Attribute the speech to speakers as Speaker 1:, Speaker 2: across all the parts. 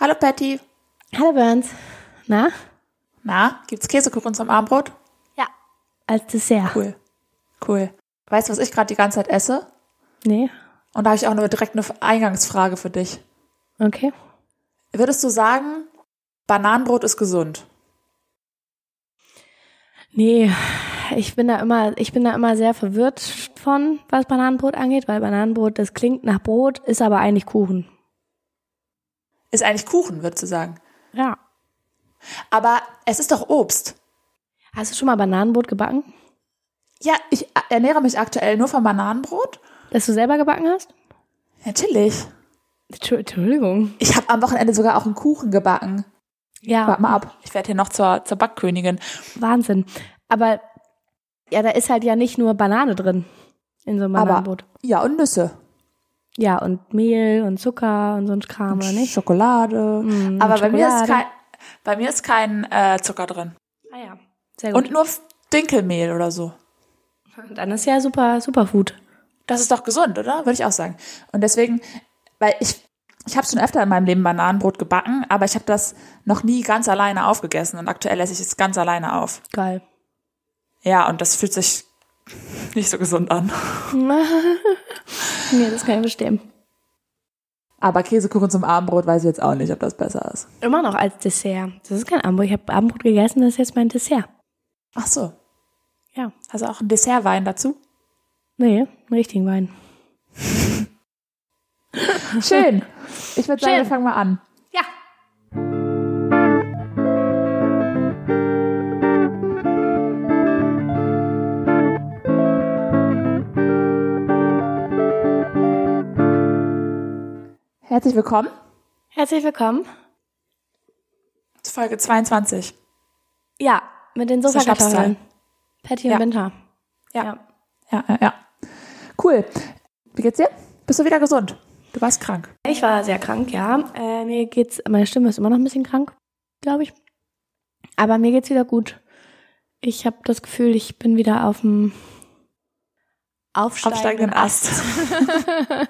Speaker 1: Hallo Patty.
Speaker 2: Hallo Burns. Na?
Speaker 1: Na, gibt's Käsekuchen zum Abendbrot?
Speaker 2: Ja. Als Dessert.
Speaker 1: Cool. Cool. Weißt du, was ich gerade die ganze Zeit esse?
Speaker 2: Nee.
Speaker 1: Und da habe ich auch nur direkt eine Eingangsfrage für dich.
Speaker 2: Okay.
Speaker 1: Würdest du sagen, Bananenbrot ist gesund?
Speaker 2: Nee, ich bin da immer, ich bin da immer sehr verwirrt von, was Bananenbrot angeht, weil Bananenbrot, das klingt nach Brot, ist aber eigentlich Kuchen.
Speaker 1: Ist eigentlich Kuchen, würdest du sagen.
Speaker 2: Ja.
Speaker 1: Aber es ist doch Obst.
Speaker 2: Hast du schon mal Bananenbrot gebacken?
Speaker 1: Ja, ich ernähre mich aktuell nur von Bananenbrot.
Speaker 2: Das du selber gebacken hast?
Speaker 1: Natürlich.
Speaker 2: Entschu- Entschuldigung.
Speaker 1: Ich habe am Wochenende sogar auch einen Kuchen gebacken.
Speaker 2: Ja,
Speaker 1: Warte mal ab. Ich werde hier noch zur, zur Backkönigin.
Speaker 2: Wahnsinn. Aber ja, da ist halt ja nicht nur Banane drin in so einem
Speaker 1: Aber-
Speaker 2: Bananenbrot.
Speaker 1: Ja, und Nüsse.
Speaker 2: Ja, und Mehl und Zucker und so ein Kram, oder nicht?
Speaker 1: Schokolade.
Speaker 2: Mm,
Speaker 1: Aber bei mir ist
Speaker 2: Schokolade.
Speaker 1: kein, bei mir ist kein äh, Zucker drin.
Speaker 2: Ah ja, sehr gut.
Speaker 1: Und nur Dinkelmehl oder so.
Speaker 2: Und dann ist ja super, Superfood.
Speaker 1: Das ist doch gesund, oder? Würde ich auch sagen. Und deswegen, weil ich, ich habe schon öfter in meinem Leben Bananenbrot gebacken, aber ich habe das noch nie ganz alleine aufgegessen und aktuell esse ich es ganz alleine auf.
Speaker 2: Geil.
Speaker 1: Ja, und das fühlt sich nicht so gesund an.
Speaker 2: nee, das kann ich verstehen.
Speaker 1: Aber Käsekuchen zum Abendbrot weiß ich jetzt auch nicht, ob das besser ist.
Speaker 2: Immer noch als Dessert. Das ist kein Abendbrot. Ich habe Abendbrot gegessen, das ist jetzt mein Dessert.
Speaker 1: Ach so.
Speaker 2: Ja.
Speaker 1: Also auch ein Dessertwein dazu.
Speaker 2: Nee, einen richtigen Wein.
Speaker 1: Schön. Ich würde sagen,
Speaker 2: Schön.
Speaker 1: wir fangen mal an.
Speaker 2: Ja.
Speaker 1: Herzlich willkommen
Speaker 2: Herzlich willkommen.
Speaker 1: zu Folge 22.
Speaker 2: Ja, mit den
Speaker 1: Das ist eine
Speaker 2: Sofakartoffeln. Patty und
Speaker 1: Ja.
Speaker 2: Winter.
Speaker 1: Ja. Ja, ja, ja. Cool. Wie geht's dir? Bist du wieder gesund? Du warst krank.
Speaker 2: Ich war sehr krank, ja. Äh, mir geht's, meine Stimme ist immer noch ein bisschen krank, glaube ich. Aber mir geht's wieder gut. Ich habe das Gefühl, ich bin wieder auf dem
Speaker 1: Aufsteigenden
Speaker 2: aufsteigenden,
Speaker 1: Ast.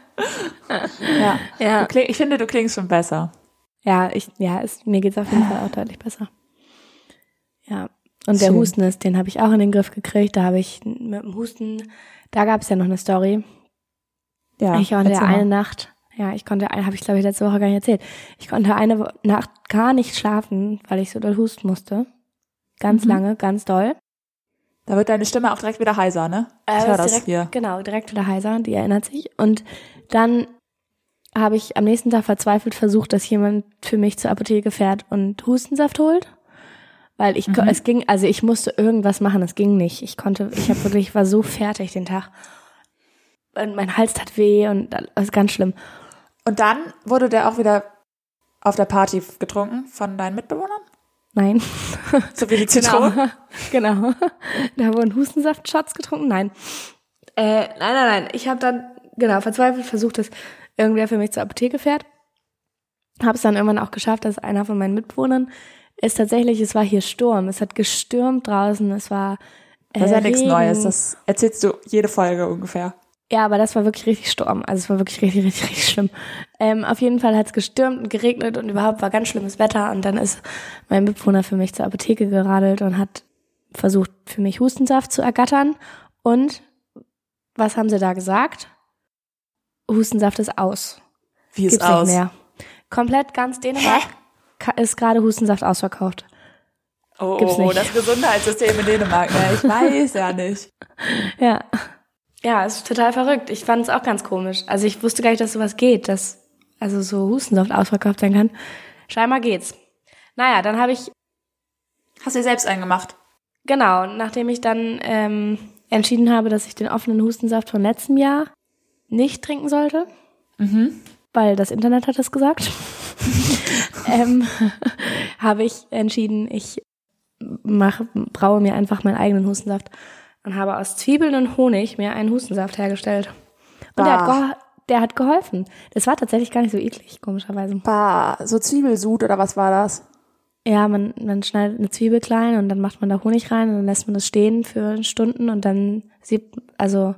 Speaker 1: ja.
Speaker 2: Ja,
Speaker 1: Kling, ich finde, du klingst schon besser.
Speaker 2: ja, ich, ja es, mir geht's auf jeden Fall auch deutlich besser. Ja. Und der
Speaker 1: Schön.
Speaker 2: Husten ist, den habe ich auch in den Griff gekriegt. Da habe ich mit dem Husten, da gab's ja noch eine Story.
Speaker 1: Ja,
Speaker 2: ich konnte
Speaker 1: erzähl
Speaker 2: eine
Speaker 1: mal.
Speaker 2: Nacht, ja, ich konnte, habe ich glaube ich letzte Woche gar nicht erzählt. Ich konnte eine Wo- Nacht gar nicht schlafen, weil ich so doll husten musste. Ganz
Speaker 1: Mhm.
Speaker 2: lange, ganz doll.
Speaker 1: Da wird deine Stimme auch direkt wieder heiser, ne? ich höre das
Speaker 2: direkt,
Speaker 1: hier.
Speaker 2: Genau, direkt wieder heiser, die erinnert sich. Und dann habe ich am nächsten Tag verzweifelt versucht, dass jemand für mich zur Apotheke fährt und Hustensaft holt. Weil ich, ko-
Speaker 1: Mhm.
Speaker 2: es ging, also ich musste irgendwas machen, es ging nicht. Ich konnte, ich habe wirklich, ich war so fertig den Tag. Und mein Hals tat weh und das ist ganz schlimm.
Speaker 1: Und dann wurde der auch wieder auf der Party getrunken von deinen Mitbewohnern?
Speaker 2: Nein.
Speaker 1: So wie die Zitronen?
Speaker 2: Genau. Da wurden Hustensaft-Shots getrunken. Nein. Äh, nein, nein, nein. Ich habe dann, genau, verzweifelt versucht, dass irgendwer für mich zur Apotheke fährt. Habe es dann irgendwann auch geschafft, dass einer von meinen Mitbewohnern ist tatsächlich, es war hier Sturm. Es hat gestürmt draußen. Es war. Äh,
Speaker 1: Das ist ja nichts
Speaker 2: Regen.
Speaker 1: Neues. Das erzählst du jede Folge ungefähr.
Speaker 2: Ja, aber das war wirklich richtig Sturm. Also es war wirklich richtig, richtig, richtig schlimm. Ähm, auf jeden Fall hat es gestürmt und geregnet und überhaupt war ganz schlimmes Wetter. Und dann ist mein Mitbewohner für mich zur Apotheke geradelt und hat versucht, für mich Hustensaft zu ergattern. Und was haben sie da gesagt? Hustensaft ist aus.
Speaker 1: Wie es
Speaker 2: Gibt's
Speaker 1: aus?
Speaker 2: nicht mehr. Komplett ganz Dänemark ka- ist gerade Hustensaft ausverkauft.
Speaker 1: Oh,
Speaker 2: Gibt's nicht.
Speaker 1: das Gesundheitssystem in Dänemark. Ne? Ich weiß ja nicht.
Speaker 2: Ja. Ja, ist total verrückt. Ich fand es auch ganz komisch. Also ich wusste gar nicht, dass sowas geht, dass also so Hustensaft ausverkauft sein kann. Scheinbar geht's. Naja, dann habe ich,
Speaker 1: Hast du dir selbst einen gemacht?
Speaker 2: genau, nachdem ich dann ähm, entschieden habe, dass ich den offenen Hustensaft von letztem Jahr nicht trinken sollte,
Speaker 1: Mhm.
Speaker 2: weil das Internet hat das gesagt, ähm, habe ich entschieden, ich mache, braue mir einfach meinen eigenen Hustensaft und habe aus Zwiebeln und Honig mir einen Hustensaft hergestellt. Und der hat,
Speaker 1: Bah.
Speaker 2: geho- der hat geholfen. Das war tatsächlich gar nicht so eklig, komischerweise.
Speaker 1: Bah, so Zwiebelsud oder was war das?
Speaker 2: Ja, man, man schneidet eine Zwiebel klein und dann macht man da Honig rein und dann lässt man das stehen für Stunden und dann sieht, also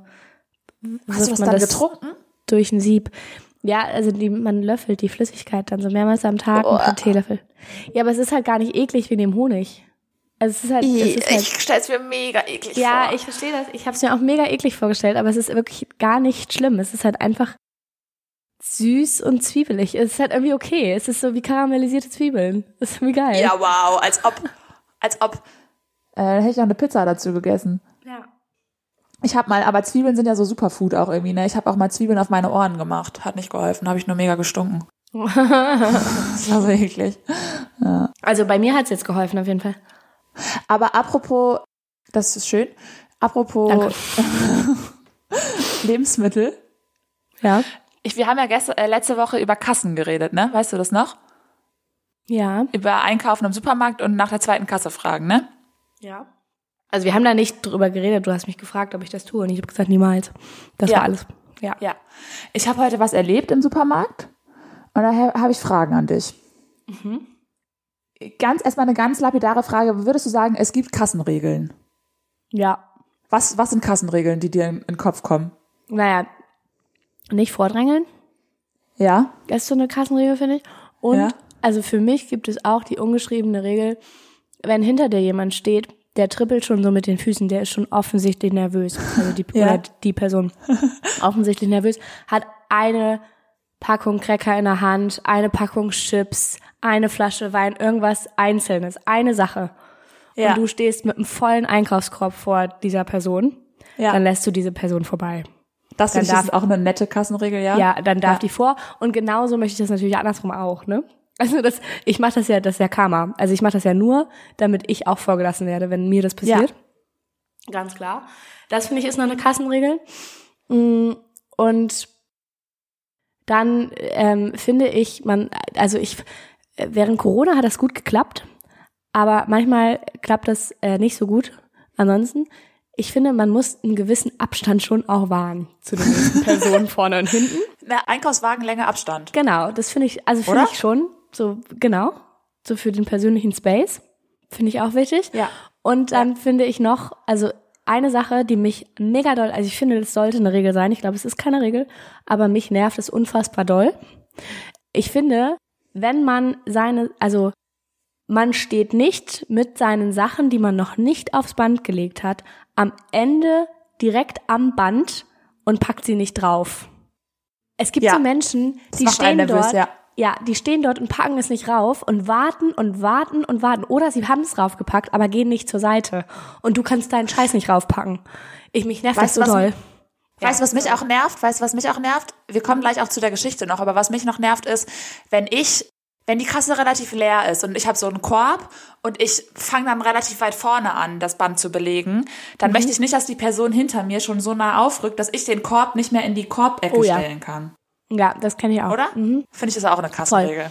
Speaker 1: Hast du
Speaker 2: wirft
Speaker 1: das
Speaker 2: man
Speaker 1: dann
Speaker 2: das
Speaker 1: getrunken?
Speaker 2: durch ein Sieb. Ja, also die, man löffelt die Flüssigkeit dann so mehrmals am Tag mit einem Teelöffel. Ja, aber es ist halt gar nicht eklig wie dem Honig. Also es ist halt,
Speaker 1: Äh,
Speaker 2: es ist halt
Speaker 1: ich stell's mir mega eklig
Speaker 2: ja,
Speaker 1: vor.
Speaker 2: ich verstehe das. Ich habe es mir auch mega eklig vorgestellt, aber es ist wirklich gar nicht schlimm. Es ist halt einfach süß und zwiebelig. Es ist halt irgendwie okay. Es ist so wie karamellisierte Zwiebeln. Das ist irgendwie geil.
Speaker 1: Ja, wow, als ob, als ob. Äh, da hätte ich noch eine Pizza dazu gegessen.
Speaker 2: ja.
Speaker 1: Ich habe mal, aber Zwiebeln sind ja so Superfood auch irgendwie, ne? Ich habe auch mal Zwiebeln auf meine Ohren gemacht. Hat nicht geholfen, habe ich nur mega gestunken. Das war so eklig.
Speaker 2: also bei mir hat's jetzt geholfen auf jeden Fall.
Speaker 1: Aber apropos, das ist schön, apropos
Speaker 2: Danke.
Speaker 1: Lebensmittel.
Speaker 2: Ja.
Speaker 1: Ich, wir haben ja gestern, äh, letzte Woche über Kassen geredet, ne? Weißt du das noch?
Speaker 2: Ja.
Speaker 1: Über Einkaufen im Supermarkt und nach der zweiten Kasse fragen, ne?
Speaker 2: Ja. Also wir haben da nicht drüber geredet. Du hast mich gefragt, ob ich das tue und ich habe gesagt, niemals. Das
Speaker 1: Ja.
Speaker 2: war alles. Ja.
Speaker 1: Ja. Ich habe heute was erlebt im Supermarkt und daher habe ich Fragen an dich. Ganz erstmal eine ganz lapidare Frage. Würdest du sagen, es gibt Kassenregeln?
Speaker 2: Ja.
Speaker 1: Was, was sind Kassenregeln, die dir in, in den Kopf kommen?
Speaker 2: Naja, nicht vordrängeln.
Speaker 1: Ja?
Speaker 2: Das ist so eine Kassenregel, finde ich. Und
Speaker 1: Ja.
Speaker 2: also für mich gibt es auch die ungeschriebene Regel, wenn hinter dir jemand steht, der trippelt schon so mit den Füßen, der ist schon offensichtlich nervös. Also die,
Speaker 1: Ja.
Speaker 2: oder die Person offensichtlich nervös, hat eine Packung Cracker in der Hand, eine Packung Chips, eine Flasche Wein, irgendwas Einzelnes, eine Sache. Und du stehst mit einem vollen Einkaufskorb vor dieser Person,
Speaker 1: Ja.
Speaker 2: dann lässt du diese Person vorbei.
Speaker 1: das
Speaker 2: dann
Speaker 1: finde ich das
Speaker 2: darf-
Speaker 1: ist auch eine nette Kassenregel, ja?
Speaker 2: Ja, dann darf
Speaker 1: Ja.
Speaker 2: die vor. Und genauso möchte ich das natürlich andersrum auch, ne? Also das, ich mache das ja, das ist ja Karma. Also ich mache das ja nur, damit ich auch vorgelassen werde, wenn mir das passiert. Ganz klar. Das finde ich ist noch eine Kassenregel. Mm, Und dann ähm, finde ich, man, also ich, während Corona hat das gut geklappt, aber manchmal klappt das äh, nicht so gut. Ansonsten, ich finde, man muss einen gewissen Abstand schon auch wahren zu den nächsten Personen vorne und hinten.
Speaker 1: Eine Einkaufswagenlänge Abstand.
Speaker 2: Genau, das finde ich, also finde
Speaker 1: Oder?
Speaker 2: ich schon, so, genau, so für den persönlichen Space, finde ich auch wichtig.
Speaker 1: Ja.
Speaker 2: Und dann finde ich noch, also eine Sache, die mich mega doll, also ich finde, das sollte eine Regel sein, ich glaube, es ist keine Regel, aber mich nervt es unfassbar doll. Ich finde, wenn man seine, also man steht nicht mit seinen Sachen, die man noch nicht aufs Band gelegt hat, am Ende direkt am Band und packt sie nicht drauf. Es gibt
Speaker 1: Ja.
Speaker 2: so Menschen,
Speaker 1: Das
Speaker 2: die
Speaker 1: macht
Speaker 2: stehen
Speaker 1: einen nervös,
Speaker 2: dort,
Speaker 1: ja.
Speaker 2: ja, die stehen dort und packen es nicht rauf und warten und warten und warten. Oder sie haben es draufgepackt, aber gehen nicht zur Seite. Und du kannst deinen Scheiß nicht raufpacken. Ich mich nervt
Speaker 1: Weißt
Speaker 2: das
Speaker 1: du,
Speaker 2: so
Speaker 1: was-
Speaker 2: doll.
Speaker 1: Weißt du, was mich auch nervt? Weißt du, was mich auch nervt? Wir kommen gleich auch zu der Geschichte noch, aber was mich noch nervt ist, wenn ich, wenn die Kasse relativ leer ist und ich habe so einen Korb und ich fange dann relativ weit vorne an, das Band zu belegen,
Speaker 2: Mhm.
Speaker 1: dann möchte ich nicht, dass die Person hinter mir schon so nah aufrückt, dass ich den Korb nicht mehr in die Korbecke
Speaker 2: Oh ja.
Speaker 1: stellen kann.
Speaker 2: Ja, das kenne ich auch. Mhm.
Speaker 1: Oder? Finde ich das auch eine Kassenregel.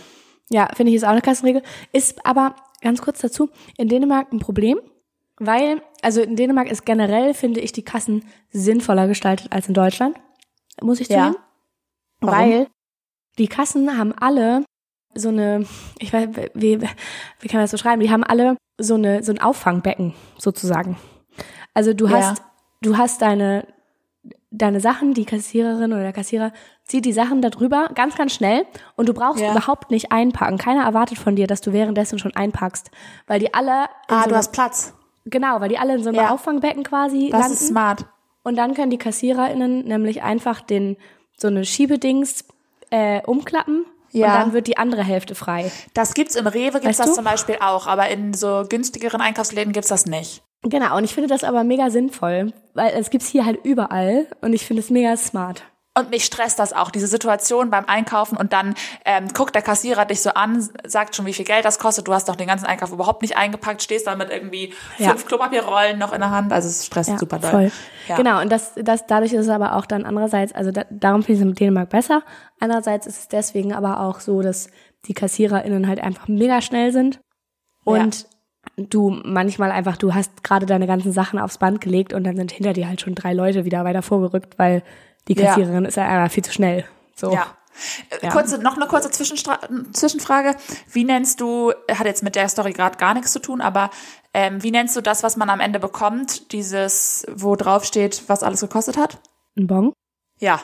Speaker 2: Ja, finde ich ist auch eine Kassenregel. Ist aber ganz kurz dazu in Dänemark ein Problem, weil also in Dänemark ist generell finde ich die Kassen sinnvoller gestaltet als in Deutschland. Muss ich
Speaker 1: Ja.
Speaker 2: zugeben,
Speaker 1: Warum?
Speaker 2: weil die Kassen haben alle so eine, ich weiß, wie, wie kann man das so schreiben? Die haben alle so eine so ein Auffangbecken sozusagen. Also du
Speaker 1: Ja.
Speaker 2: hast du hast deine deine Sachen, die Kassiererin oder der Kassierer zieht die Sachen da drüber ganz, ganz schnell und du brauchst
Speaker 1: Ja.
Speaker 2: überhaupt nicht einpacken. Keiner erwartet von dir, dass du währenddessen schon einpackst, weil die alle in
Speaker 1: Ah,
Speaker 2: so
Speaker 1: du
Speaker 2: einer-
Speaker 1: hast Platz.
Speaker 2: genau, weil die alle in so einem
Speaker 1: Ja.
Speaker 2: Auffangbecken quasi
Speaker 1: Das
Speaker 2: landen
Speaker 1: ist smart.
Speaker 2: und dann können die KassiererInnen nämlich einfach den so eine Schiebedings äh, umklappen
Speaker 1: Ja.
Speaker 2: und dann wird die andere Hälfte frei.
Speaker 1: Das gibt's im Rewe, gibt's
Speaker 2: Weißt
Speaker 1: das
Speaker 2: du?
Speaker 1: zum Beispiel auch, aber in so günstigeren Einkaufsläden gibt's das nicht.
Speaker 2: Genau, und ich finde das aber mega sinnvoll, weil es gibt's hier halt überall und ich finde es mega smart.
Speaker 1: Und mich stresst das auch, diese Situation beim Einkaufen und dann ähm, guckt der Kassierer dich so an, sagt schon, wie viel Geld das kostet, du hast noch den ganzen Einkauf überhaupt nicht eingepackt, stehst dann mit irgendwie
Speaker 2: Ja.
Speaker 1: fünf Klopapierrollen noch in der Hand, also es stresst super doll.
Speaker 2: Voll.
Speaker 1: Ja.
Speaker 2: Genau, und das, das, dadurch ist es aber auch dann andererseits, also da, darum finde ich es mit Dänemark besser. Andererseits ist es deswegen aber auch so, dass die KassiererInnen halt einfach mega schnell sind und du manchmal einfach, du hast gerade deine ganzen Sachen aufs Band gelegt und dann sind hinter dir halt schon drei Leute wieder weiter vorgerückt, weil die
Speaker 1: Ja.
Speaker 2: Kassiererin ist ja einfach viel zu schnell. So.
Speaker 1: Ja. Äh,
Speaker 2: Ja.
Speaker 1: Kurze, noch eine kurze Zwischenstra Zwischenfrage. Wie nennst du, hat jetzt mit der Story gerade gar nichts zu tun, aber ähm, wie nennst du das, was man am Ende bekommt, dieses, wo drauf steht, was alles gekostet hat?
Speaker 2: Ein Bon?
Speaker 1: Ja.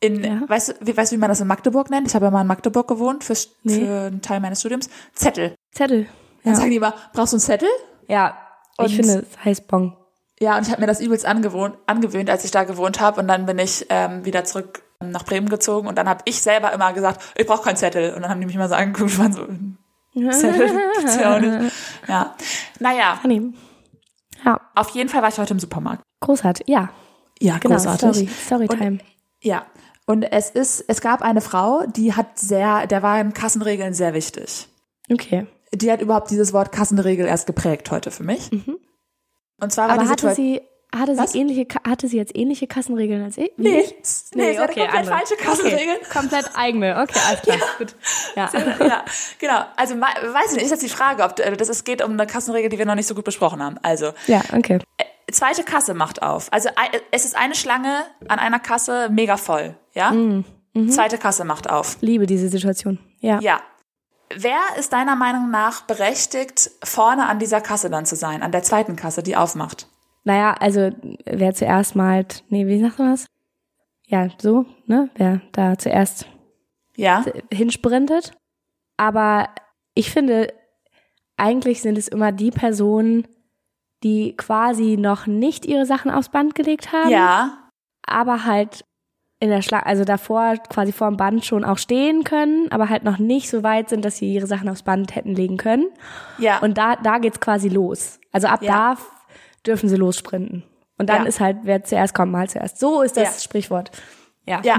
Speaker 1: in,
Speaker 2: Ja.
Speaker 1: weißt du, wie, weißt du, wie man das in Magdeburg nennt? Ich habe ja mal in Magdeburg gewohnt für,
Speaker 2: Nee.
Speaker 1: für einen Teil meines Studiums. Zettel.
Speaker 2: Zettel.
Speaker 1: Dann
Speaker 2: Ja,
Speaker 1: sagen die immer, brauchst du einen Zettel?
Speaker 2: ja ich
Speaker 1: Und-
Speaker 2: finde, es heißt Bon.
Speaker 1: Ja, und ich habe mir das übelst angewohnt, angewöhnt, als ich da gewohnt habe. Und dann bin ich ähm, wieder zurück nach Bremen gezogen. Und dann habe ich selber immer gesagt, ich brauche keinen Zettel. Und dann haben die mich immer so angeguckt und waren so, Zettel gibt's ja auch nicht. Ja, naja,
Speaker 2: Annehmen. Ja,
Speaker 1: auf jeden Fall war ich heute im Supermarkt.
Speaker 2: großartig. Ja,
Speaker 1: Ja,
Speaker 2: genau.
Speaker 1: großartig.
Speaker 2: Story. Storytime.
Speaker 1: Ja, und es ist, es gab eine Frau, die hat sehr, der waren Kassenregeln sehr wichtig.
Speaker 2: Okay.
Speaker 1: Die hat überhaupt dieses Wort Kassenregel erst geprägt heute für mich. Und zwar war
Speaker 2: Mhm. Aber
Speaker 1: die
Speaker 2: hatte
Speaker 1: Situation.
Speaker 2: sie, hatte
Speaker 1: Was?
Speaker 2: sie ähnliche, Ka- hatte sie jetzt ähnliche Kassenregeln als ich? Wie ich?
Speaker 1: Nee, nee, es war eine komplett
Speaker 2: andere.
Speaker 1: falsche Kassenregel.
Speaker 2: Okay, komplett eigene. Okay, alles klar. Gut. Ja.
Speaker 1: ja, genau. Also ma- weiß ich nicht, ist jetzt die Frage, ob äh, das es geht um eine Kassenregel, die wir noch nicht so gut besprochen haben. Also
Speaker 2: ja, okay.
Speaker 1: äh, zweite Kasse macht auf. Also ei- es ist eine Schlange an einer Kasse mega voll, ja?
Speaker 2: Mhm.
Speaker 1: Zweite Kasse macht auf.
Speaker 2: Mm. Liebe diese Situation. Ja.
Speaker 1: Ja. Wer ist deiner Meinung nach berechtigt, vorne an dieser Kasse dann zu sein, an der zweiten Kasse, die aufmacht?
Speaker 2: Naja, also wer zuerst malt, nee, wie sagt man das? Ja, so, ne? Wer da zuerst
Speaker 1: Ja?
Speaker 2: hinsprintet. Aber ich finde, eigentlich sind es immer die Personen, die quasi noch nicht ihre Sachen aufs Band gelegt haben,
Speaker 1: Ja.
Speaker 2: aber halt in der Schlange, also davor quasi vor dem Band schon auch stehen können, aber halt noch nicht so weit sind, dass sie ihre Sachen aufs Band hätten legen können.
Speaker 1: Ja.
Speaker 2: Und da, da geht's quasi los. Also ab
Speaker 1: Ja.
Speaker 2: da f- dürfen sie lossprinten. Und dann
Speaker 1: Ja.
Speaker 2: ist halt, wer zuerst kommt, mal zuerst. So ist das
Speaker 1: Ja.
Speaker 2: Sprichwort. Ja.
Speaker 1: ja.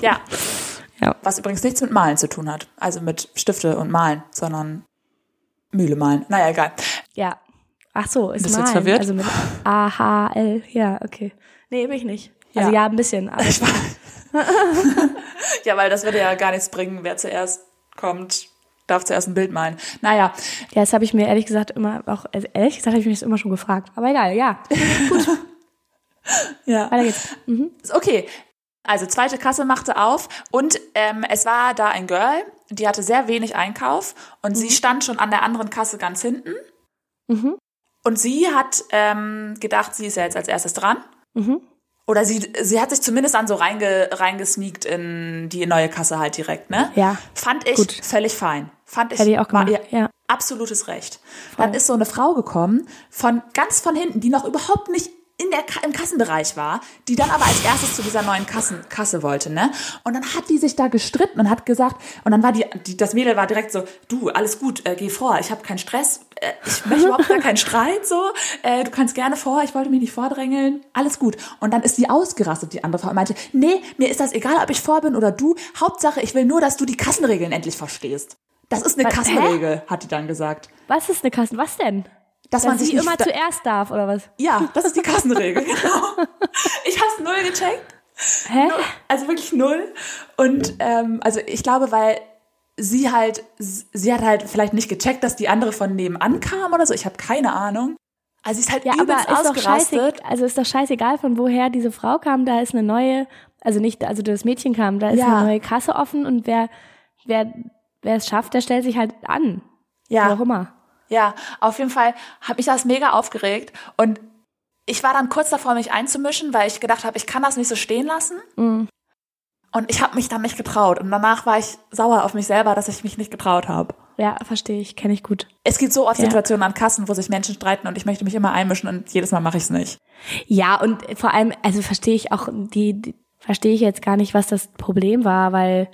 Speaker 1: ja.
Speaker 2: Ja.
Speaker 1: Was übrigens nichts mit Malen zu tun hat. Also mit Stifte und Malen, sondern Mühle malen. Naja, egal.
Speaker 2: Ja. Ach so, ist
Speaker 1: Bist du
Speaker 2: malen.
Speaker 1: jetzt verwirrt?
Speaker 2: Also mit A-H-L. Ja, okay. Nee, bin ich nicht.
Speaker 1: Ja.
Speaker 2: Also ja, ein bisschen. Aber
Speaker 1: Ich war ja, weil das würde ja gar nichts bringen. Wer zuerst kommt, darf zuerst ein Bild malen. Naja,
Speaker 2: ja, das habe ich mir ehrlich gesagt immer auch, also ehrlich gesagt habe ich mich das immer schon gefragt. Aber egal, ja.
Speaker 1: ja.
Speaker 2: Weiter geht's.
Speaker 1: Ist Okay, also zweite Kasse machte auf und ähm, es war da ein Girl, die hatte sehr wenig Einkauf und sie stand schon an der anderen Kasse ganz hinten.
Speaker 2: Mhm.
Speaker 1: Und sie hat ähm, gedacht, sie ist ja jetzt als erstes dran.
Speaker 2: Mhm.
Speaker 1: Oder sie, sie hat sich zumindest an so reinge, reingesneakt in die neue Kasse halt direkt, ne?
Speaker 2: Ja.
Speaker 1: Fand ich
Speaker 2: Gut.
Speaker 1: völlig fein. Fand ich,
Speaker 2: Hätte ich auch
Speaker 1: war
Speaker 2: gemacht.
Speaker 1: ihr
Speaker 2: Ja.
Speaker 1: absolutes Recht. Dann ist so eine Frau gekommen, von ganz von hinten, die noch überhaupt nicht in der, Ka- im Kassenbereich war, die dann aber als erstes zu dieser neuen Kassen, Kasse wollte, ne? Und dann hat die sich da gestritten und hat gesagt, und dann war die, die das Mädel war direkt so, du, alles gut, äh, geh vor, ich habe keinen Stress, äh, ich möchte überhaupt gar keinen Streit, so, äh, du kannst gerne vor, ich wollte mich nicht vordrängeln, alles gut. Und dann ist die ausgerastet, die andere Frau, und meinte, nee, mir ist das egal, ob ich vor bin oder du, Hauptsache, ich will nur, dass du die Kassenregeln endlich verstehst. Das ist eine
Speaker 2: Was? Hä?
Speaker 1: Kassenregel, hat die dann gesagt.
Speaker 2: Was ist eine Kassen? Was denn?
Speaker 1: Dass,
Speaker 2: Dass
Speaker 1: man sich
Speaker 2: ich
Speaker 1: nicht
Speaker 2: immer
Speaker 1: da-
Speaker 2: zuerst darf, oder was?
Speaker 1: Ja, das ist die Kassenregel, genau. Ich hab's null gecheckt.
Speaker 2: Hä?
Speaker 1: Null. Also wirklich null. Und ähm, also ich glaube, weil sie halt, sie hat halt vielleicht nicht gecheckt, dass die andere von nebenan kam oder so. Ich habe keine Ahnung. Also sie ist halt
Speaker 2: Ja, aber
Speaker 1: übelst
Speaker 2: ist doch scheiße,
Speaker 1: ausgerastet.
Speaker 2: also ist doch scheißegal, von woher diese Frau kam, da ist eine neue, also nicht, also das Mädchen kam, da ist
Speaker 1: Ja.
Speaker 2: eine neue Kasse offen und wer, wer, wer es schafft, der stellt sich halt an. Wie
Speaker 1: Ja,
Speaker 2: auch immer.
Speaker 1: ja, auf jeden Fall hat mich das mega aufgeregt. Und ich war dann kurz davor, mich einzumischen, weil ich gedacht habe, ich kann das nicht so stehen lassen.
Speaker 2: Mhm.
Speaker 1: Und ich habe mich dann nicht getraut. Und danach war ich sauer auf mich selber, dass ich mich nicht getraut habe.
Speaker 2: Ja, verstehe ich, kenne ich gut.
Speaker 1: Es gibt so oft
Speaker 2: Ja.
Speaker 1: Situationen an Kassen, wo sich Menschen streiten und ich möchte mich immer einmischen und jedes Mal mache ich es nicht.
Speaker 2: Ja, und vor allem, also verstehe ich auch die, die verstehe ich jetzt gar nicht, was das Problem war, weil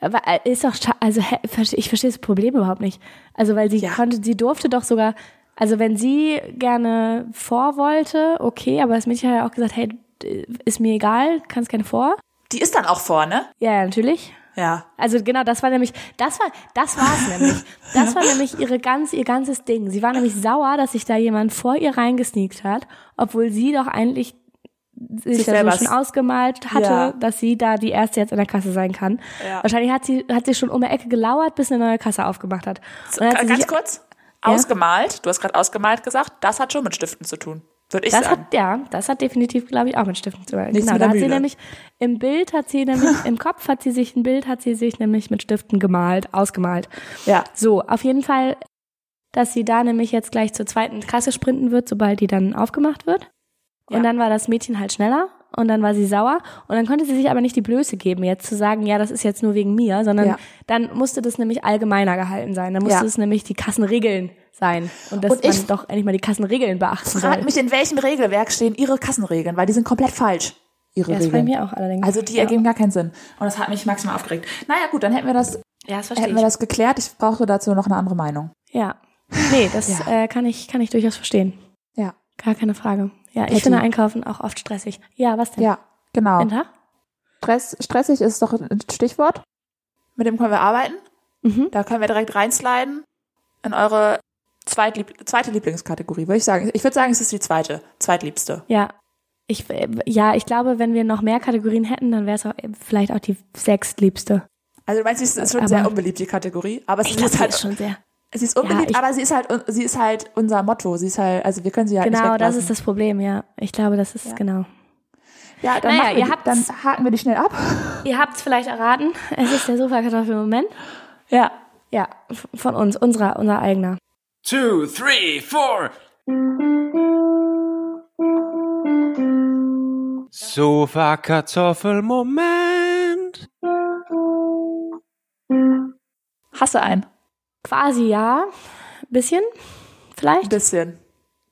Speaker 2: aber ist doch scha- also hä, verste- ich verstehe das Problem überhaupt nicht. Also weil sie
Speaker 1: Ja.
Speaker 2: konnte, sie durfte doch sogar, also wenn sie gerne vor wollte, okay, aber das Mädchen hat ja auch gesagt, hey, d- ist mir egal, kannst gerne vor.
Speaker 1: Die ist dann auch vorne.
Speaker 2: Ja, ja, natürlich.
Speaker 1: Ja.
Speaker 2: Also genau, das war nämlich, das war, das war's nämlich. Das war nämlich ihre ganz, ihr ganzes Ding. Sie war nämlich sauer, dass sich da jemand vor ihr reingesneakt hat, obwohl sie doch eigentlich sich
Speaker 1: Sich
Speaker 2: da so
Speaker 1: selber-
Speaker 2: schon ausgemalt hatte,
Speaker 1: Ja.
Speaker 2: dass sie da die erste jetzt in der Kasse sein kann.
Speaker 1: Ja.
Speaker 2: Wahrscheinlich hat sie, hat sie schon um die Ecke gelauert, bis eine neue Kasse aufgemacht hat. Und dann hat sie
Speaker 1: Äh, Ganz
Speaker 2: sich-
Speaker 1: kurz. Ausgemalt, du hast gerade ausgemalt gesagt, das hat schon mit Stiften zu tun, würde ich
Speaker 2: Das
Speaker 1: sagen.
Speaker 2: hat, ja, das hat definitiv, glaube ich, auch mit Stiften zu tun.
Speaker 1: Nichts
Speaker 2: Genau,
Speaker 1: mit
Speaker 2: da
Speaker 1: der
Speaker 2: hat sie
Speaker 1: Mühle.
Speaker 2: nämlich im Bild hat sie nämlich, im Kopf hat sie sich, ein Bild hat sie sich nämlich mit Stiften gemalt, ausgemalt.
Speaker 1: ja.
Speaker 2: So, auf jeden Fall, dass sie da nämlich jetzt gleich zur zweiten Kasse sprinten wird, sobald die dann aufgemacht wird. Und
Speaker 1: Ja.
Speaker 2: dann war das Mädchen halt schneller und dann war sie sauer und dann konnte sie sich aber nicht die Blöße geben, jetzt zu sagen, ja, das ist jetzt nur wegen mir, sondern
Speaker 1: Ja.
Speaker 2: dann musste das nämlich allgemeiner gehalten sein. Dann musste
Speaker 1: Ja.
Speaker 2: es nämlich die Kassenregeln sein und dass
Speaker 1: Und ich-
Speaker 2: man doch endlich mal die Kassenregeln beachten soll.
Speaker 1: Frag mich, in welchem Regelwerk stehen ihre Kassenregeln, weil die sind komplett falsch. Ihre
Speaker 2: Ja, das bei
Speaker 1: Regeln.
Speaker 2: mir auch allerdings.
Speaker 1: Also die
Speaker 2: ja.
Speaker 1: ergeben gar keinen Sinn. Und das hat mich maximal aufgeregt. Naja, gut, dann hätten wir das,
Speaker 2: Ja, das verstehe
Speaker 1: hätten wir
Speaker 2: ich.
Speaker 1: das geklärt. Ich brauchte dazu noch eine andere Meinung.
Speaker 2: Ja. Nee, das Äh, kann ich kann ich durchaus verstehen.
Speaker 1: Ja.
Speaker 2: Gar keine Frage. Ja, ich
Speaker 1: Pippi.
Speaker 2: finde Einkaufen auch oft stressig. Ja, was denn?
Speaker 1: Ja, genau.
Speaker 2: Enter?
Speaker 1: Stress, stressig ist doch ein Stichwort. Mit dem können wir arbeiten.
Speaker 2: Mhm.
Speaker 1: Da können wir direkt reinsliden in eure Zweitlieb zweite Lieblingskategorie, würde ich sagen. Ich würde sagen, es ist die zweite, zweitliebste.
Speaker 2: Ja. Ich, äh, ja, ich glaube, wenn wir noch mehr Kategorien hätten, dann wäre es auch äh, vielleicht auch die sechstliebste.
Speaker 1: Also du meinst, es ist schon
Speaker 2: Aber-
Speaker 1: sehr unbeliebt, die Kategorie. Aber es
Speaker 2: Ich glaube,
Speaker 1: ist
Speaker 2: die
Speaker 1: halt
Speaker 2: ist schon sehr.
Speaker 1: Sie ist unbeliebt,
Speaker 2: Ja, ich-
Speaker 1: aber sie ist halt un- sie ist halt unser Motto. Sie ist halt, also wir können sie halt
Speaker 2: Genau,
Speaker 1: nicht
Speaker 2: das
Speaker 1: weglassen.
Speaker 2: ist das Problem, ja. Ich glaube, das ist es genau.
Speaker 1: Ja, dann,
Speaker 2: Naja,
Speaker 1: machen wir
Speaker 2: ihr
Speaker 1: die, dann
Speaker 2: habt's-
Speaker 1: haken wir die schnell ab.
Speaker 2: Ihr habt es vielleicht erraten. Es ist der Sofakartoffel-Moment.
Speaker 1: Ja.
Speaker 2: Ja, f- von uns, unserer, unser eigener.
Speaker 3: two, three, four. Sofa Kartoffelmoment.
Speaker 1: Hasse ein.
Speaker 2: Quasi ja. Bisschen, vielleicht.
Speaker 1: Ein bisschen.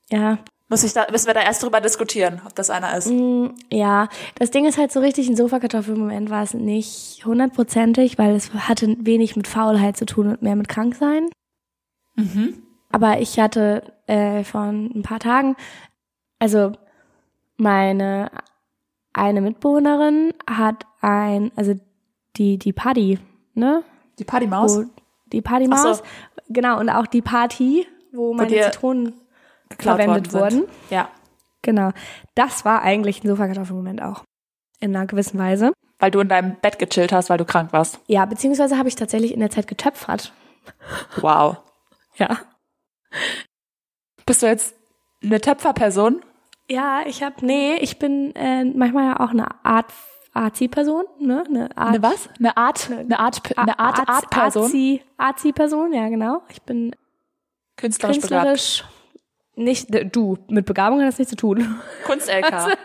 Speaker 2: Ja,
Speaker 1: Muss ich da, müssen wir da erst drüber diskutieren, ob das einer ist.
Speaker 2: Mm, Ja, das Ding ist halt so richtig, ein Sofakartoffelmoment war es nicht hundertprozentig, weil es hatte wenig mit Faulheit zu tun und mehr mit Kranksein. Mhm. Aber ich hatte äh, vor ein paar Tagen, also meine eine Mitbewohnerin hat ein, also die, die Paddy, ne?
Speaker 1: Die Partymaus?
Speaker 2: Wo die
Speaker 1: Ach
Speaker 2: Partymaus,
Speaker 1: so.
Speaker 2: genau, und auch die Party, wo meine
Speaker 1: dir
Speaker 2: Zitronen
Speaker 1: geklaut
Speaker 2: verwendet
Speaker 1: worden sind.
Speaker 2: wurden.
Speaker 1: Ja.
Speaker 2: Genau. Das war eigentlich ein Sofakartoffelmoment auch. In einer gewissen Weise.
Speaker 1: Weil du in deinem Bett gechillt hast, weil du krank warst.
Speaker 2: Ja, beziehungsweise habe ich tatsächlich in der Zeit getöpfert.
Speaker 1: Wow.
Speaker 2: Ja.
Speaker 1: Bist du jetzt eine Töpferperson?
Speaker 2: Ja, ich habe, nee, ich bin äh, manchmal ja auch eine Art Arzi-Person, ne? Eine Art.
Speaker 1: Eine was? Eine Art, eine Art, eine Art, Art Person?
Speaker 2: Arzi- Arzi-Person, ja, genau. Ich bin
Speaker 1: Künstlerisch begabt.
Speaker 2: künstlerisch. Nicht, äh, du, mit Begabung hat das nichts zu tun.
Speaker 1: Kunst-LK.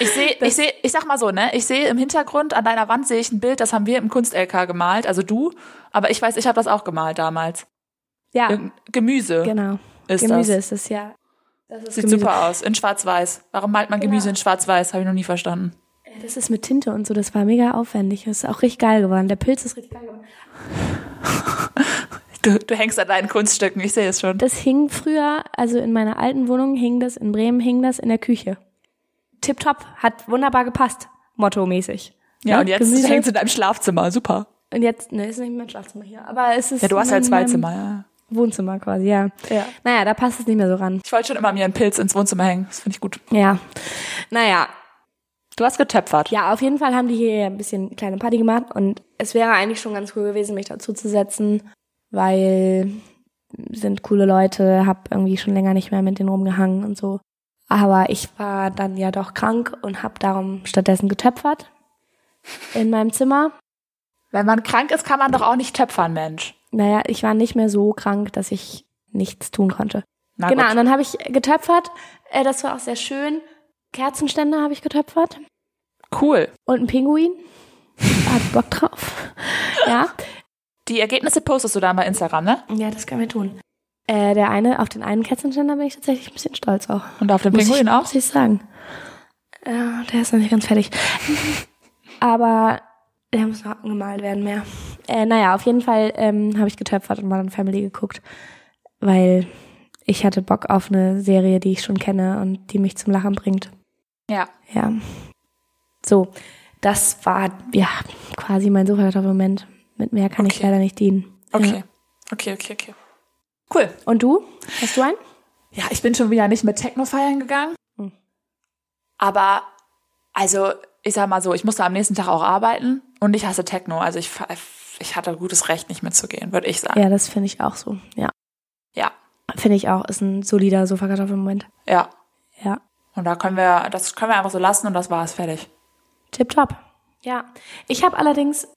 Speaker 1: Ich sehe, ich sehe, ich sag mal so, ne? Ich sehe im Hintergrund an deiner Wand sehe ich ein Bild, das haben wir im Kunst-LK gemalt, also du. Aber ich weiß, ich habe das auch gemalt damals.
Speaker 2: Ja,
Speaker 1: Irgend- Gemüse
Speaker 2: genau.
Speaker 1: ist
Speaker 2: Ah. Gemüse
Speaker 1: das.
Speaker 2: ist es, ja. Das ist
Speaker 1: Sieht super aus, in Schwarz-Weiß. Warum malt man Gemüse in Schwarz-Weiß? Habe ich noch nie verstanden.
Speaker 2: Das ist mit Tinte und so, das war mega aufwendig. Das ist auch richtig geil geworden. Der Pilz ist richtig geil geworden.
Speaker 1: Du, du hängst an deinen Kunststücken, ich sehe es schon.
Speaker 2: Das hing früher, also in meiner alten Wohnung hing das, in Bremen hing das in der Küche. Tipptopp, hat wunderbar gepasst, mottomäßig. Ne?
Speaker 1: Ja, und jetzt
Speaker 2: Gemüse.
Speaker 1: hängst du in deinem Schlafzimmer, super.
Speaker 2: Und jetzt, ne, ist nicht mein Schlafzimmer hier, aber es ist
Speaker 1: Ja, du hast
Speaker 2: in
Speaker 1: halt zwei
Speaker 2: meinem
Speaker 1: Zimmer, ja.
Speaker 2: Wohnzimmer quasi, ja.
Speaker 1: Ja.
Speaker 2: Naja, da passt es nicht mehr so ran.
Speaker 1: Ich wollte schon immer mir einen Pilz ins Wohnzimmer hängen, das finde ich gut.
Speaker 2: Ja. Naja,
Speaker 1: Du hast getöpfert.
Speaker 2: Ja, auf jeden Fall haben die hier ein bisschen eine kleine Party gemacht und es wäre eigentlich schon ganz cool gewesen, mich dazu zu setzen, weil sind coole Leute, hab irgendwie schon länger nicht mehr mit denen rumgehangen und so. Aber ich war dann ja doch krank und hab darum stattdessen getöpfert in meinem Zimmer.
Speaker 1: Wenn man krank ist, kann man doch auch nicht töpfern, Mensch.
Speaker 2: Naja, ich war nicht mehr so krank, dass ich nichts tun konnte.
Speaker 1: Na
Speaker 2: genau, und
Speaker 1: gut.
Speaker 2: dann habe ich getöpfert. Äh, Das war auch sehr schön. Kerzenständer habe ich getöpfert.
Speaker 1: Cool.
Speaker 2: Und ein Pinguin. Hat Bock drauf. Ja.
Speaker 1: Die Ergebnisse postest du da bei Instagram, ne?
Speaker 2: Ja, das können wir tun. Äh, der eine, auf den einen Kerzenständer bin ich tatsächlich ein bisschen stolz auch.
Speaker 1: Und auf den
Speaker 2: Muss
Speaker 1: Pinguin
Speaker 2: ich,
Speaker 1: auch?
Speaker 2: Muss ich sagen. Ja, der ist noch nicht ganz fertig. Aber der muss noch angemalt werden mehr. Äh, naja, auf jeden Fall ähm, habe ich getöpfert und mal dann Family geguckt, weil ich hatte Bock auf eine Serie, die ich schon kenne und die mich zum Lachen bringt.
Speaker 1: Ja.
Speaker 2: Ja. So, das war ja quasi mein Sucherkartoffel-Moment. Mit mehr kann ich
Speaker 1: Okay.
Speaker 2: leider nicht dienen.
Speaker 1: Okay.
Speaker 2: Ja.
Speaker 1: Okay, okay, okay. Cool.
Speaker 2: Und du? Hast du einen?
Speaker 1: Ja, ich bin schon wieder nicht mit Techno feiern gegangen.
Speaker 2: Hm.
Speaker 1: Aber, also, ich sag mal so, ich musste am nächsten Tag auch arbeiten und ich hasse Techno. Also, ich, fa- ich hatte gutes Recht, nicht mitzugehen, würde ich sagen.
Speaker 2: Ja, das finde ich auch so. Ja.
Speaker 1: Ja.
Speaker 2: Finde ich auch. Ist ein solider Sofakartoffelmoment.
Speaker 1: Ja.
Speaker 2: Ja.
Speaker 1: Und da können wir, das können wir einfach so lassen und das war's, fertig.
Speaker 2: Tipptopp. Ja. Ich habe allerdings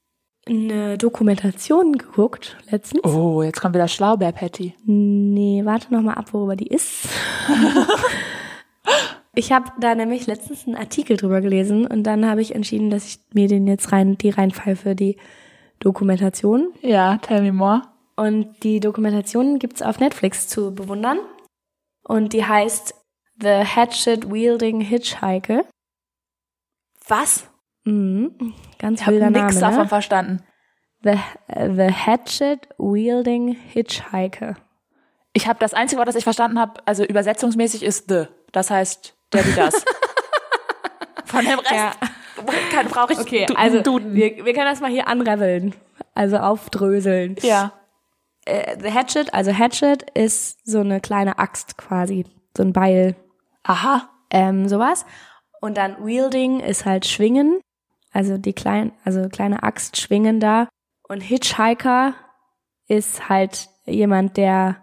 Speaker 2: eine Dokumentation geguckt letztens.
Speaker 1: Oh, jetzt kommt wieder Schlaubeer-Patty.
Speaker 2: Nee, warte nochmal ab, worüber die ist. Ich habe da nämlich letztens einen Artikel drüber gelesen und dann habe ich entschieden, dass ich mir den jetzt rein, die reinpfeife, die Dokumentation.
Speaker 1: Ja, tell me more.
Speaker 2: Und die Dokumentation gibt's auf Netflix zu bewundern. Und die heißt The Hatchet Wielding Hitchhiker.
Speaker 1: Was?
Speaker 2: Mhm. Ganz
Speaker 1: Ich
Speaker 2: wilder
Speaker 1: habe nichts
Speaker 2: Name,
Speaker 1: davon
Speaker 2: ne?
Speaker 1: verstanden.
Speaker 2: The, äh, the Hatchet Wielding Hitchhiker.
Speaker 1: Ich habe das einzige Wort, das ich verstanden habe, also übersetzungsmäßig ist the. Das heißt, der wie das. Von dem Rest
Speaker 2: Ja.
Speaker 1: kann, brauche ich
Speaker 2: Okay,
Speaker 1: du-
Speaker 2: also
Speaker 1: Duden.
Speaker 2: wir, wir können das mal hier anreveln. Also aufdröseln.
Speaker 1: Ja.
Speaker 2: Äh, the Hatchet, also Hatchet ist so eine kleine Axt quasi. So ein Beil.
Speaker 1: Aha.
Speaker 2: ähm, sowas. Und dann Wielding ist halt Schwingen, also die kleinen, also kleine Axt schwingen da. Und Hitchhiker ist halt jemand, der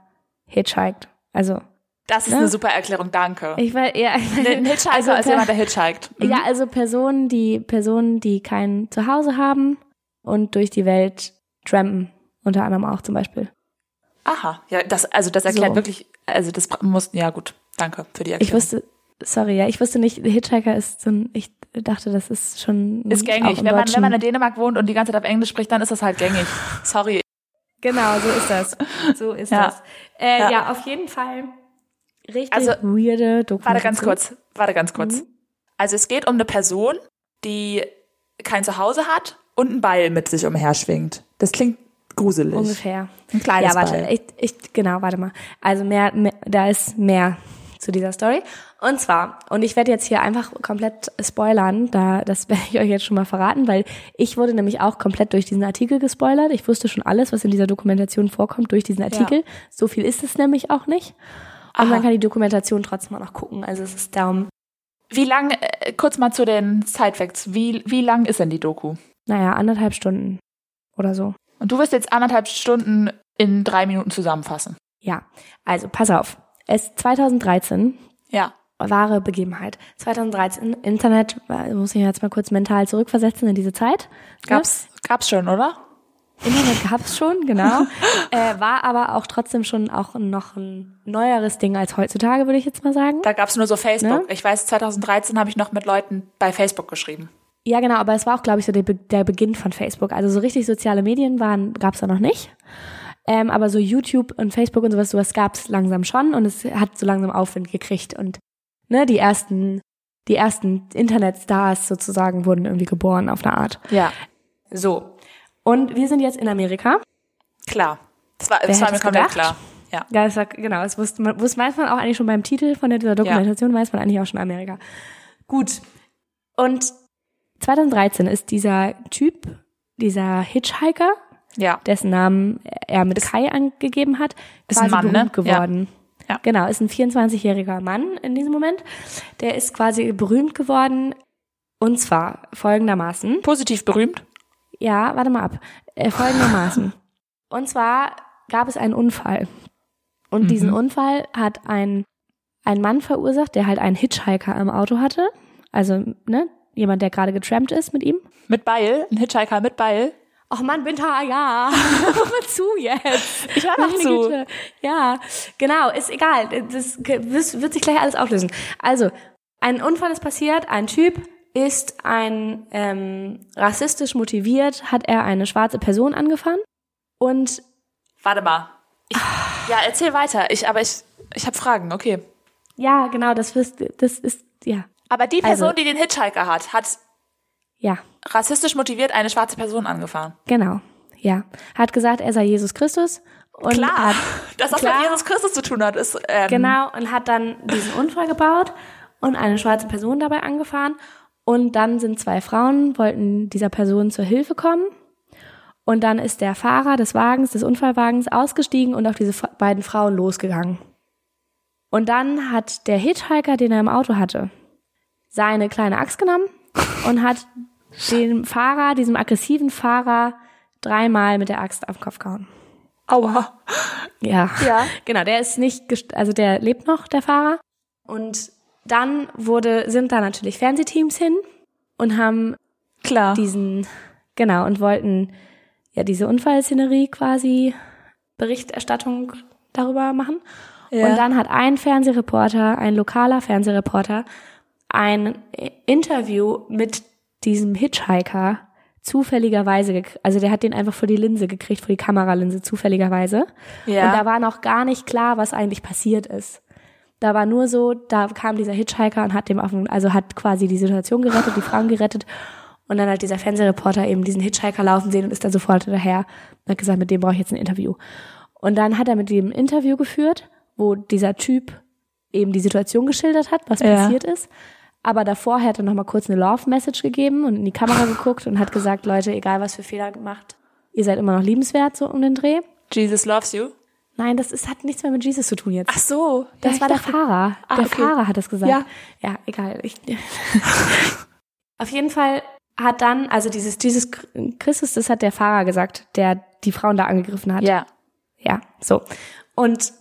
Speaker 2: hitchhiked. Also
Speaker 1: Das ist
Speaker 2: Ne?
Speaker 1: eine super Erklärung, danke.
Speaker 2: ich war eher
Speaker 1: Ein Hitchhiker
Speaker 2: also,
Speaker 1: ist
Speaker 2: per-
Speaker 1: jemand, der hitchhiked. Mhm.
Speaker 2: ja also Personen, die Personen, die kein Zuhause haben und durch die Welt trampen, unter anderem auch zum Beispiel.
Speaker 1: Aha. Ja, das, also das erklärt
Speaker 2: So.
Speaker 1: wirklich, also das bra- muss, ja gut, danke für die Erklärung.
Speaker 2: Ich wusste, sorry, ja, ich wusste nicht, Hitchhiker ist so ein, ich dachte, das ist schon
Speaker 1: ist
Speaker 2: auch
Speaker 1: gängig. Wenn man,
Speaker 2: im
Speaker 1: wenn
Speaker 2: Deutschen-
Speaker 1: man in Dänemark wohnt und die ganze Zeit auf Englisch spricht, dann ist das halt gängig. Sorry.
Speaker 2: Genau, so ist das. So ist
Speaker 1: Ja.
Speaker 2: das. Äh,
Speaker 1: Ja.
Speaker 2: ja. auf jeden Fall. Richtig
Speaker 1: Also,
Speaker 2: weirde Dokumentation.
Speaker 1: Warte ganz kurz, warte ganz kurz. Also es geht um eine Person, die kein Zuhause hat und einen Ball mit sich umherschwingt. Das klingt gruselig.
Speaker 2: Ungefähr.
Speaker 1: Ein kleines
Speaker 2: ja, warte,
Speaker 1: Beil.
Speaker 2: ich, ich, genau, warte mal. Also mehr, mehr, da ist mehr zu dieser Story. Und zwar, und ich werde jetzt hier einfach komplett spoilern, da, das werde ich euch jetzt schon mal verraten, weil ich wurde nämlich auch komplett durch diesen Artikel gespoilert. Ich wusste schon alles, was in dieser Dokumentation vorkommt, durch diesen Artikel. So viel ist es nämlich auch nicht. Und man kann die Dokumentation trotzdem auch noch gucken. Also es ist darum,
Speaker 1: Wie lang, äh, kurz mal zu den Sidefacts, wie, wie lang ist denn die Doku?
Speaker 2: naja, anderthalb Stunden oder so.
Speaker 1: Und du wirst jetzt anderthalb Stunden in drei Minuten zusammenfassen.
Speaker 2: Ja, also pass auf. Es ist 2013,
Speaker 1: Ja.
Speaker 2: wahre Begebenheit. 2013, Internet, äh, muss ich jetzt mal kurz mental zurückversetzen in diese Zeit. ne?
Speaker 1: Gab's, gab's schon, oder?
Speaker 2: Internet gab's schon, genau. äh, war aber auch trotzdem schon auch noch ein neueres Ding als heutzutage, würde ich jetzt mal sagen.
Speaker 1: Da gab's nur so Facebook.
Speaker 2: Ne?
Speaker 1: Ich weiß, 2013 habe ich noch mit Leuten bei Facebook geschrieben.
Speaker 2: Ja, genau, aber es war auch, glaube ich, so der, Be der Beginn von Facebook. Also so richtig soziale Medien waren, gab's da noch nicht. Ähm, aber so YouTube und Facebook und sowas, sowas gab's langsam schon und es hat so langsam Aufwind gekriegt. Und ne, die ersten, die ersten Internetstars sozusagen wurden irgendwie geboren auf eine Art.
Speaker 1: Ja.
Speaker 2: So. Und wir sind jetzt in Amerika.
Speaker 1: Klar. Das war, das war
Speaker 2: hätte
Speaker 1: mir
Speaker 2: es
Speaker 1: komplett klar.
Speaker 2: gedacht?
Speaker 1: Ja.
Speaker 2: Ja, das war, genau, das wusste man, wusste, weiß man auch eigentlich schon beim Titel von der, dieser Dokumentation, weiß man eigentlich auch schon Amerika. Gut. Und 2013 ist dieser Typ, dieser Hitchhiker,
Speaker 1: Ja.
Speaker 2: dessen Namen er mit Kai angegeben hat,
Speaker 1: Ist
Speaker 2: quasi
Speaker 1: ein Mann,
Speaker 2: berühmt
Speaker 1: ne? Ja.
Speaker 2: geworden.
Speaker 1: Ja.
Speaker 2: Genau, ist ein 24-jähriger Mann in diesem Moment. Der ist quasi berühmt geworden und zwar folgendermaßen.
Speaker 1: Positiv berühmt.
Speaker 2: Ja, warte mal ab. Äh, folgendermaßen. Und zwar gab es einen Unfall. Und diesen Unfall hat ein, ein Mann verursacht, der halt einen Hitchhiker im Auto hatte. Also, ne, jemand, der gerade getrampt ist mit ihm.
Speaker 1: Mit Beil. Ein Hitchhiker mit Beil.
Speaker 2: Ach Mann, Winter, ja. Hör mal zu jetzt.
Speaker 1: Ich hör noch
Speaker 2: Meine
Speaker 1: zu.
Speaker 2: Güte. Ja, genau, ist egal. Das das wird sich gleich alles auflösen. Also, ein Unfall ist passiert, ein Typ ist ein ähm, rassistisch motiviert, hat er eine schwarze Person angefahren und
Speaker 1: Warte mal. Ich, ja, erzähl weiter. Ich, aber ich, ich habe Fragen, okay.
Speaker 2: ja, genau, das wirst, das ist, ja,
Speaker 1: Aber die Person,
Speaker 2: Also-
Speaker 1: die den Hitchhiker hat, hat
Speaker 2: ja,
Speaker 1: rassistisch motiviert eine schwarze Person angefahren.
Speaker 2: genau, ja. Hat gesagt, er sei Jesus Christus. Und
Speaker 1: Klar,
Speaker 2: Hat,
Speaker 1: dass das
Speaker 2: klar.
Speaker 1: mit Jesus Christus zu tun hat, ist ähm,
Speaker 2: Genau, und hat dann diesen Unfall gebaut und eine schwarze Person dabei angefahren. Und dann sind zwei Frauen, wollten dieser Person zur Hilfe kommen. Und dann ist der Fahrer des Wagens, des Unfallwagens, ausgestiegen und auf diese Fra- beiden Frauen losgegangen. Und dann hat der Hitchhiker, den er im Auto hatte, seine kleine Axt genommen und hat dem Fahrer, diesem aggressiven Fahrer, dreimal mit der Axt auf den Kopf gehauen.
Speaker 1: Aua.
Speaker 2: Ja.
Speaker 1: Ja.
Speaker 2: Genau, der ist nicht, gest- also der lebt noch, der Fahrer. Und dann wurde, sind da natürlich Fernsehteams hin und haben
Speaker 1: Klar.
Speaker 2: diesen, genau, und wollten ja diese Unfallszenerie quasi Berichterstattung darüber machen. Ja. Und dann hat ein Fernsehreporter, ein lokaler Fernsehreporter, ein Interview mit diesem Hitchhiker zufälligerweise, gek- also der hat den einfach vor die Linse gekriegt, vor die Kameralinse zufälligerweise.
Speaker 1: Ja.
Speaker 2: Und da war noch gar nicht klar, was eigentlich passiert ist. Da war nur so, da kam dieser Hitchhiker und hat dem auf, den- also hat quasi die Situation gerettet, die Frauen gerettet. Und dann hat dieser Fernsehreporter eben diesen Hitchhiker laufen sehen und ist dann sofort hinterher und hat gesagt, mit dem brauche ich jetzt ein Interview. Und dann hat er mit dem ein Interview geführt, wo dieser Typ eben die Situation geschildert hat, was
Speaker 1: Ja.
Speaker 2: passiert ist. Aber davor hat er nochmal kurz eine Love-Message gegeben und in die Kamera geguckt und hat gesagt, Leute, egal was für Fehler gemacht, ihr seid immer noch liebenswert, so um den Dreh.
Speaker 1: Jesus loves you.
Speaker 2: Nein, das ist, hat nichts mehr mit Jesus zu tun jetzt.
Speaker 1: Ach so.
Speaker 2: Das
Speaker 1: Ja,
Speaker 2: war
Speaker 1: ich
Speaker 2: der
Speaker 1: dachte-
Speaker 2: Fahrer.
Speaker 1: Ah,
Speaker 2: der
Speaker 1: okay.
Speaker 2: Fahrer hat das gesagt.
Speaker 1: Ja.
Speaker 2: ja egal. Ich, auf jeden Fall hat dann, also dieses, dieses Christus, das hat der Fahrer gesagt, der die Frauen da angegriffen hat.
Speaker 1: Ja.
Speaker 2: Ja, so. Und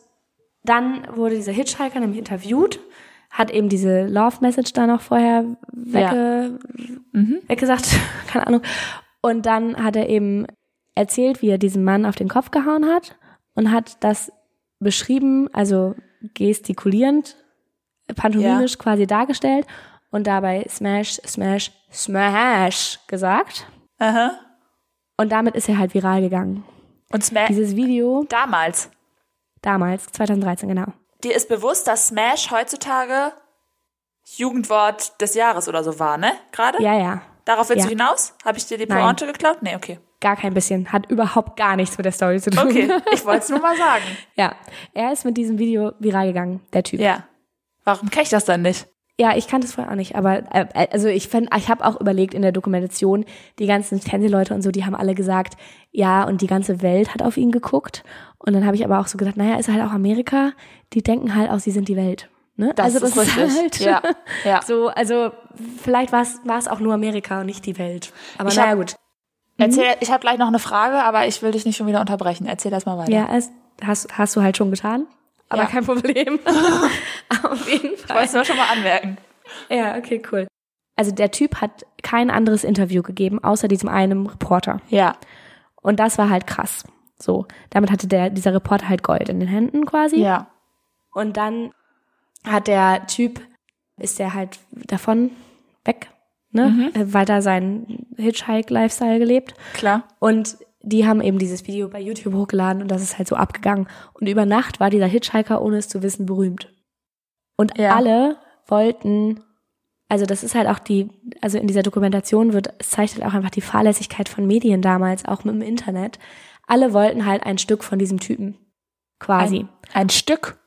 Speaker 2: dann wurde dieser Hitchhiker nämlich interviewt, hat eben diese Love Message da noch vorher wegge Mhm. weggesagt, keine Ahnung. Und dann hat er eben erzählt, wie er diesen Mann auf den Kopf gehauen hat und hat das beschrieben, also gestikulierend, pantomimisch quasi dargestellt und dabei Smash, Smash, Smash gesagt.
Speaker 1: Aha.
Speaker 2: Und damit ist er halt viral gegangen.
Speaker 1: Und Smash,
Speaker 2: Dieses Video
Speaker 1: damals,
Speaker 2: damals, 2013 genau.
Speaker 1: dir ist bewusst, dass Smash heutzutage Jugendwort des Jahres oder so war, ne? Gerade?
Speaker 2: Ja, ja.
Speaker 1: Darauf willst
Speaker 2: Ja.
Speaker 1: du hinaus? Habe ich dir die
Speaker 2: Nein.
Speaker 1: Pointe geklaut? Nee, okay.
Speaker 2: Gar kein bisschen. Hat überhaupt gar nichts mit der Story zu tun.
Speaker 1: Okay, ich wollte es nur mal sagen.
Speaker 2: Ja. Er ist mit diesem Video viral gegangen, der Typ.
Speaker 1: Ja. Warum kenne ich das dann nicht?
Speaker 2: Ja, ich kannte es vorher auch nicht, aber äh, also ich fand, ich habe auch überlegt in der Dokumentation, die ganzen Fernsehleute und so, die haben alle gesagt, ja, und die ganze Welt hat auf ihn geguckt. Und dann habe ich aber auch so gedacht, naja, ist halt auch Amerika, die denken halt auch, sie sind die Welt. Ne?
Speaker 1: Das
Speaker 2: also halt
Speaker 1: ist richtig. Ja, ja.
Speaker 2: So, also vielleicht war es war es auch nur Amerika und nicht die Welt. Aber
Speaker 1: Ich
Speaker 2: naja,
Speaker 1: hab-
Speaker 2: gut.
Speaker 1: Erzähl, ich habe gleich noch eine Frage, aber ich will dich nicht schon wieder unterbrechen. Erzähl das mal weiter.
Speaker 2: Ja, es, hast, hast du halt schon getan. Aber
Speaker 1: Ja.
Speaker 2: kein Problem. Auf jeden
Speaker 1: Ich
Speaker 2: Fall.
Speaker 1: wollte es nur schon mal anmerken.
Speaker 2: Ja, okay, cool. Also der Typ hat kein anderes Interview gegeben, außer diesem einen Reporter.
Speaker 1: Ja.
Speaker 2: Und das war halt krass. So, damit hatte der, dieser Reporter halt Gold in den Händen quasi.
Speaker 1: Ja.
Speaker 2: Und dann hat der Typ, ist der halt davon weg, ne? Weiter seinen Hitchhike-Lifestyle gelebt.
Speaker 1: Klar.
Speaker 2: Und die haben eben dieses Video bei YouTube hochgeladen und das ist halt so abgegangen. Und über Nacht war dieser Hitchhiker, ohne es zu wissen, berühmt. Und
Speaker 1: Ja.
Speaker 2: alle wollten, also das ist halt auch die, also in dieser Dokumentation wird, es zeigt halt auch einfach die Fahrlässigkeit von Medien damals, auch mit dem Internet. Alle wollten halt ein Stück von diesem Typen. Quasi
Speaker 1: Ein, ein Stück.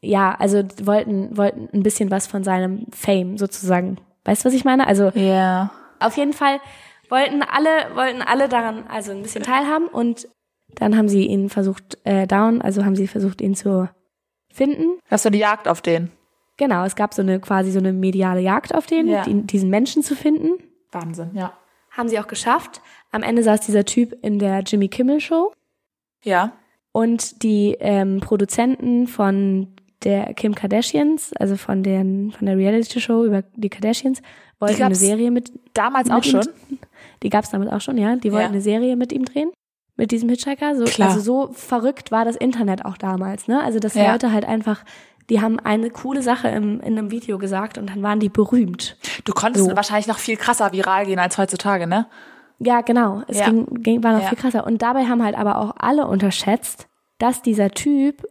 Speaker 2: ja, also wollten, wollten ein bisschen was von seinem Fame sozusagen. Weißt du, was ich meine? Also
Speaker 1: Ja.
Speaker 2: auf jeden Fall wollten alle, wollten alle daran also ein bisschen teilhaben und dann haben sie ihn versucht äh, down, also haben sie versucht ihn zu finden.
Speaker 1: Das ist so eine Jagd auf den.
Speaker 2: Genau, es gab so eine quasi so eine mediale Jagd auf den,
Speaker 1: Ja.
Speaker 2: die, diesen Menschen zu finden.
Speaker 1: Wahnsinn, ja.
Speaker 2: Haben sie auch geschafft. Am Ende saß dieser Typ in der Jimmy Kimmel Show
Speaker 1: Ja.
Speaker 2: Und die ähm, Produzenten von der Kim Kardashians, also von, den, von der Reality-Show über die Kardashians, wollten eine
Speaker 1: gab's
Speaker 2: Serie mit.
Speaker 1: Damals
Speaker 2: mit
Speaker 1: auch
Speaker 2: ihm,
Speaker 1: schon.
Speaker 2: Die gab's damals auch schon, ja. Die wollten
Speaker 1: Ja.
Speaker 2: eine Serie mit ihm drehen, mit diesem Hitchhiker. So,
Speaker 1: Klar.
Speaker 2: Also so verrückt war das Internet auch damals, ne? Also dass
Speaker 1: Ja.
Speaker 2: Leute halt einfach, die haben eine coole Sache im, in einem Video gesagt und dann waren die berühmt.
Speaker 1: Du konntest
Speaker 2: So.
Speaker 1: wahrscheinlich noch viel krasser viral gehen als heutzutage, ne?
Speaker 2: Ja, genau. Es
Speaker 1: Ja.
Speaker 2: Ging, ging, war noch
Speaker 1: Ja.
Speaker 2: viel krasser. Und dabei haben halt aber auch alle unterschätzt, dass dieser Typ,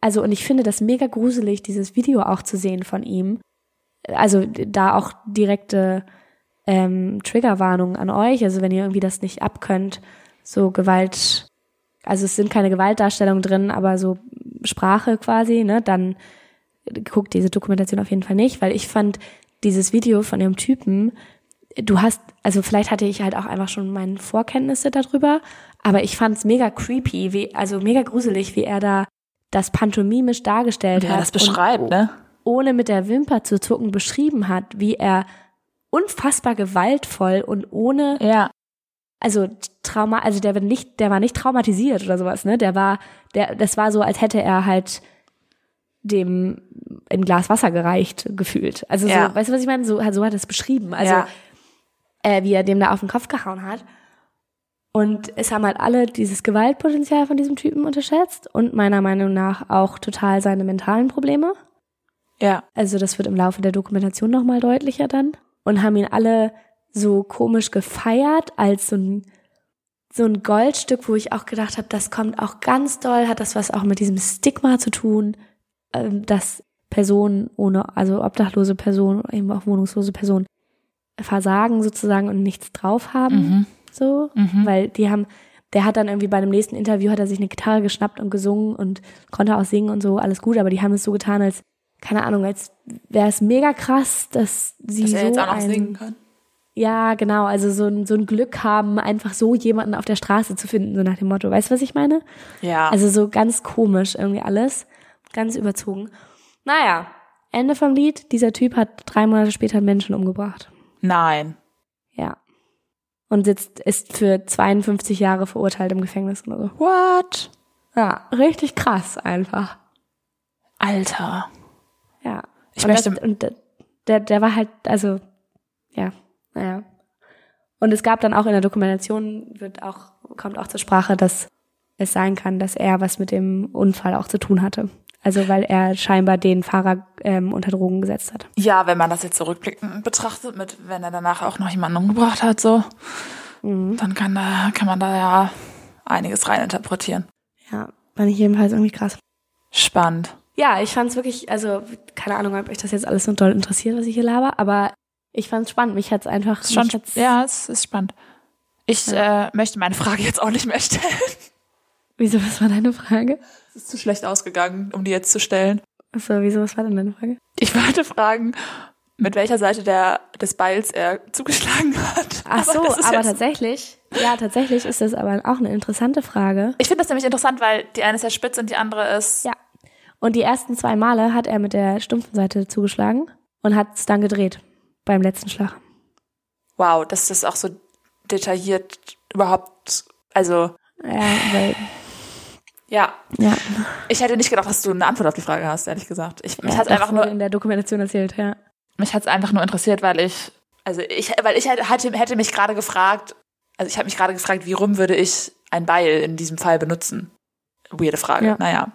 Speaker 2: also und ich finde das mega gruselig, dieses Video auch zu sehen von ihm. Also da auch direkte ähm, Triggerwarnungen an euch. Also wenn ihr irgendwie das nicht abkönnt, so Gewalt, also es sind keine Gewaltdarstellungen drin, aber so Sprache quasi, ne, dann guckt diese Dokumentation auf jeden Fall nicht, weil ich fand dieses Video von dem Typen, du hast, also vielleicht hatte ich halt auch einfach schon meine Vorkenntnisse darüber, aber ich fand es mega creepy, wie, also mega gruselig, wie er da das pantomimisch dargestellt hat.
Speaker 1: Ja, das
Speaker 2: und
Speaker 1: beschreibt, ne?
Speaker 2: ohne mit der Wimper zu zucken beschrieben hat, wie er unfassbar gewaltvoll und ohne
Speaker 1: Ja.
Speaker 2: also Trauma, also der war nicht, der war nicht traumatisiert oder sowas, ne? Der war, der, das war so, als hätte er halt dem ein Glas Wasser gereicht, gefühlt. Also
Speaker 1: Ja.
Speaker 2: so, weißt du, was ich meine? So, so hat Also, er es beschrieben. Also
Speaker 1: Ja.
Speaker 2: äh, wie er dem da auf den Kopf gehauen hat. Und es haben halt alle dieses Gewaltpotenzial von diesem Typen unterschätzt und meiner Meinung nach auch total seine mentalen Probleme.
Speaker 1: Ja.
Speaker 2: Also das wird im Laufe der Dokumentation nochmal deutlicher dann. Und haben ihn alle so komisch gefeiert als so ein, so ein Goldstück, wo ich auch gedacht habe, das kommt auch ganz doll, hat das was auch mit diesem Stigma zu tun, ähm, dass Personen ohne, also obdachlose Personen oder eben auch wohnungslose Personen versagen sozusagen und nichts drauf haben.
Speaker 1: Mhm.
Speaker 2: So,
Speaker 1: Mhm.
Speaker 2: weil die haben, der hat dann irgendwie bei dem nächsten Interview hat er sich eine Gitarre geschnappt und gesungen und konnte auch singen und so, alles gut, aber die haben es so getan, als, keine Ahnung, als wäre es mega krass, dass sie
Speaker 1: Dass
Speaker 2: so
Speaker 1: er jetzt auch noch
Speaker 2: ein,
Speaker 1: singen kann.
Speaker 2: ja, genau, also so ein, so ein Glück haben, einfach so jemanden auf der Straße zu finden, so nach dem Motto, weißt du, was ich meine?
Speaker 1: Ja.
Speaker 2: Also so ganz komisch irgendwie alles, ganz überzogen. Naja, Ende vom Lied, dieser Typ hat drei Monate später einen Menschen umgebracht.
Speaker 1: Nein.
Speaker 2: Ja. Und sitzt, ist für 52 Jahre verurteilt im Gefängnis oder so.
Speaker 1: What?
Speaker 2: Ja, richtig krass einfach.
Speaker 1: Alter.
Speaker 2: Ja.
Speaker 1: Ich
Speaker 2: und
Speaker 1: möchte-
Speaker 2: Das, und der- der, der war halt, also, ja, naja. Und es gab dann auch in der Dokumentation, wird auch, kommt auch zur Sprache, dass es sein kann, dass er was mit dem Unfall auch zu tun hatte. Also weil er scheinbar den Fahrer ähm, unter Drogen gesetzt hat.
Speaker 1: Ja, wenn man das jetzt so rückblickend betrachtet, mit, wenn er danach auch noch jemanden umgebracht hat, so,
Speaker 2: Mhm.
Speaker 1: dann kann, da, kann man da ja einiges reininterpretieren.
Speaker 2: Ja, fand ich jedenfalls irgendwie krass.
Speaker 1: Spannend.
Speaker 2: Ja, ich fand's wirklich, also keine Ahnung, ob euch das jetzt alles so doll interessiert, was ich hier laber, aber ich fand's spannend. Mich hat's einfach.
Speaker 1: Ist schon,
Speaker 2: mich hat's,
Speaker 1: ja, es ist spannend. Ich äh, möchte meine Frage jetzt auch nicht mehr stellen.
Speaker 2: Wieso, was war deine Frage?
Speaker 1: Es ist zu schlecht ausgegangen, um die jetzt zu stellen.
Speaker 2: Achso, wieso, was war denn deine Frage?
Speaker 1: Ich wollte fragen, mit welcher Seite der, des Beils er zugeschlagen hat.
Speaker 2: Ach so,
Speaker 1: das ist
Speaker 2: aber
Speaker 1: jetzt-
Speaker 2: tatsächlich, ja, tatsächlich ist das aber auch eine interessante Frage.
Speaker 1: Ich finde das nämlich interessant, weil die eine ist ja spitz und die andere ist.
Speaker 2: Ja. Und die ersten zwei Male hat er mit der stumpfen Seite zugeschlagen und hat's dann gedreht beim letzten Schlag.
Speaker 1: Wow, dass das auch so detailliert überhaupt. Also,
Speaker 2: Ja, weil,
Speaker 1: ja.
Speaker 2: ja.
Speaker 1: Ich hätte nicht gedacht, dass du eine Antwort auf die Frage hast, ehrlich gesagt. Ich, mich
Speaker 2: er
Speaker 1: hat's
Speaker 2: das
Speaker 1: einfach
Speaker 2: wurde
Speaker 1: nur,
Speaker 2: in der Dokumentation erzählt, ja.
Speaker 1: mich hat's einfach nur interessiert, weil ich, also ich, weil ich hätte, hätte, hätte mich gerade gefragt, also ich habe mich gerade gefragt, wie rum würde ich ein Beil in diesem Fall benutzen? Weirde Frage,
Speaker 2: Ja.
Speaker 1: naja.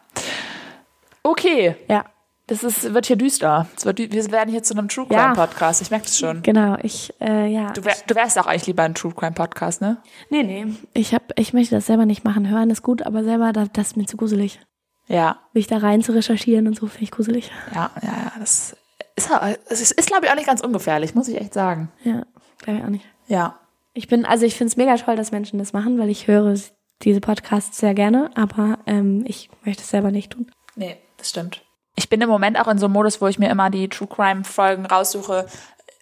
Speaker 1: Okay.
Speaker 2: Ja.
Speaker 1: Das ist, wird hier düster. Es wird, dü- wir werden hier zu einem True Crime
Speaker 2: Ja.
Speaker 1: Podcast. Ich merke das schon.
Speaker 2: Genau, ich, äh, ja.
Speaker 1: Du, wär, du wärst auch eigentlich lieber ein True Crime Podcast, ne?
Speaker 2: Nee, nee. Ich, hab, ich möchte das selber nicht machen. Hören ist gut, aber selber, da, das ist mir zu gruselig.
Speaker 1: Ja,
Speaker 2: Mich da rein zu recherchieren und so, finde ich gruselig.
Speaker 1: ja, ja, ja. Das ist, es ist, ist glaube ich, auch nicht ganz ungefährlich, muss ich echt sagen.
Speaker 2: Ja, glaube ich auch nicht.
Speaker 1: Ja.
Speaker 2: Ich bin, also ich finde es mega toll, dass Menschen das machen, weil ich höre s- diese Podcasts sehr gerne, aber ähm, ich möchte es selber nicht tun.
Speaker 1: Nee, das stimmt. Ich bin im Moment auch in so einem Modus, wo ich mir immer die True Crime Folgen raussuche,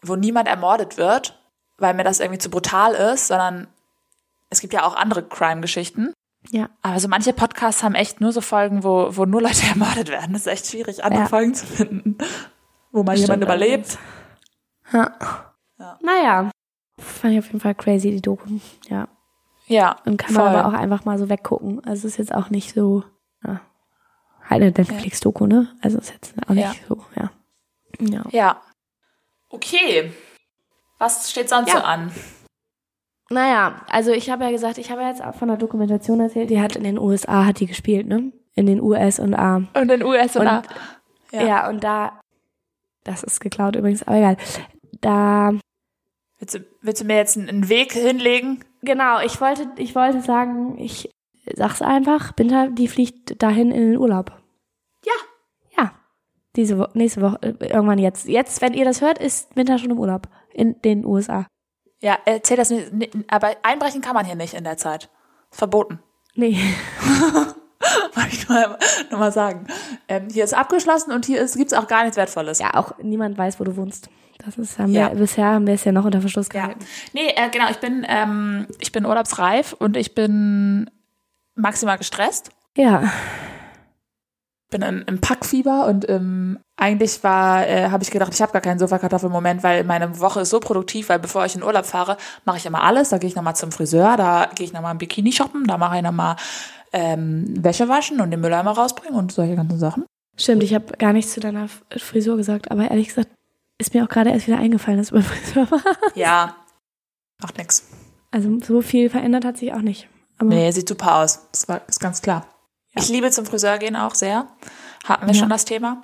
Speaker 1: wo niemand ermordet wird, weil mir das irgendwie zu brutal ist, sondern es gibt ja auch andere Crime Geschichten.
Speaker 2: Ja.
Speaker 1: Aber so manche Podcasts haben echt nur so Folgen, wo, wo nur Leute ermordet werden. Das ist echt schwierig, andere
Speaker 2: Ja.
Speaker 1: Folgen zu finden, wo mal
Speaker 2: Das
Speaker 1: jemand
Speaker 2: stimmt
Speaker 1: überlebt.
Speaker 2: Ha.
Speaker 1: Ja.
Speaker 2: Naja. Fand ich auf jeden Fall crazy, die Doku. Ja.
Speaker 1: Ja,
Speaker 2: Und kann man aber auch einfach mal so weggucken. Also ist jetzt auch nicht so. Ja. Halt eine Netflix-Doku, ne? Also ist jetzt auch nicht
Speaker 1: Ja.
Speaker 2: so, ja. Ja.
Speaker 1: Ja. Okay. Was steht sonst
Speaker 2: Ja.
Speaker 1: so an?
Speaker 2: Naja, also ich habe ja gesagt, ich habe ja jetzt auch von der Dokumentation erzählt, die hat in den USA hat die gespielt, ne? In den US und A.
Speaker 1: Und in US
Speaker 2: Und-
Speaker 1: Ja.
Speaker 2: Ja. und da, das ist geklaut übrigens, aber egal. Da,
Speaker 1: Willst du, willst du mir jetzt einen, einen Weg hinlegen?
Speaker 2: genau, ich wollte, ich wollte sagen, ich sag's einfach, Binta, die fliegt dahin in den Urlaub.
Speaker 1: Ja.
Speaker 2: Ja. Diese Wo nächste Woche, äh, irgendwann jetzt. Jetzt, wenn ihr das hört, ist Binta schon im Urlaub. In den USA.
Speaker 1: Ja, erzähl das nicht. nee, Aber einbrechen kann man hier nicht in der Zeit. Ist verboten.
Speaker 2: Nee.
Speaker 1: Wollte ich nur, nur mal sagen. Ähm, hier ist abgeschlossen und hier gibt es auch gar nichts Wertvolles.
Speaker 2: Ja, auch niemand weiß, wo du wohnst. Das ist, haben
Speaker 1: Ja.
Speaker 2: wir, bisher haben wir es ja noch unter Verschluss
Speaker 1: Ja.
Speaker 2: gehalten.
Speaker 1: Nee, äh, genau, ich bin, ähm, ich bin urlaubsreif und ich bin maximal gestresst.
Speaker 2: Ja.
Speaker 1: bin in, im Packfieber und ähm, eigentlich war, äh, habe ich gedacht, ich habe gar keinen Sofakartoffel-Moment, weil meine Woche ist so produktiv, weil bevor ich in Urlaub fahre, mache ich immer alles. Da gehe ich nochmal zum Friseur, da gehe ich nochmal im Bikini shoppen, da mache ich nochmal ähm, Wäsche waschen und den Mülleimer rausbringen und solche ganzen Sachen.
Speaker 2: Stimmt, ich habe gar nichts zu deiner F- äh, Frisur gesagt, aber ehrlich gesagt ist mir auch gerade erst wieder eingefallen, dass du beim Friseur war.
Speaker 1: Ja. Macht nix.
Speaker 2: Also so viel verändert hat sich auch nicht. Aber
Speaker 1: Nee, sieht super aus. Mhm. Das war, ist ganz klar. Ich liebe zum Friseur gehen auch sehr. Hatten wir
Speaker 2: Ja.
Speaker 1: schon das Thema.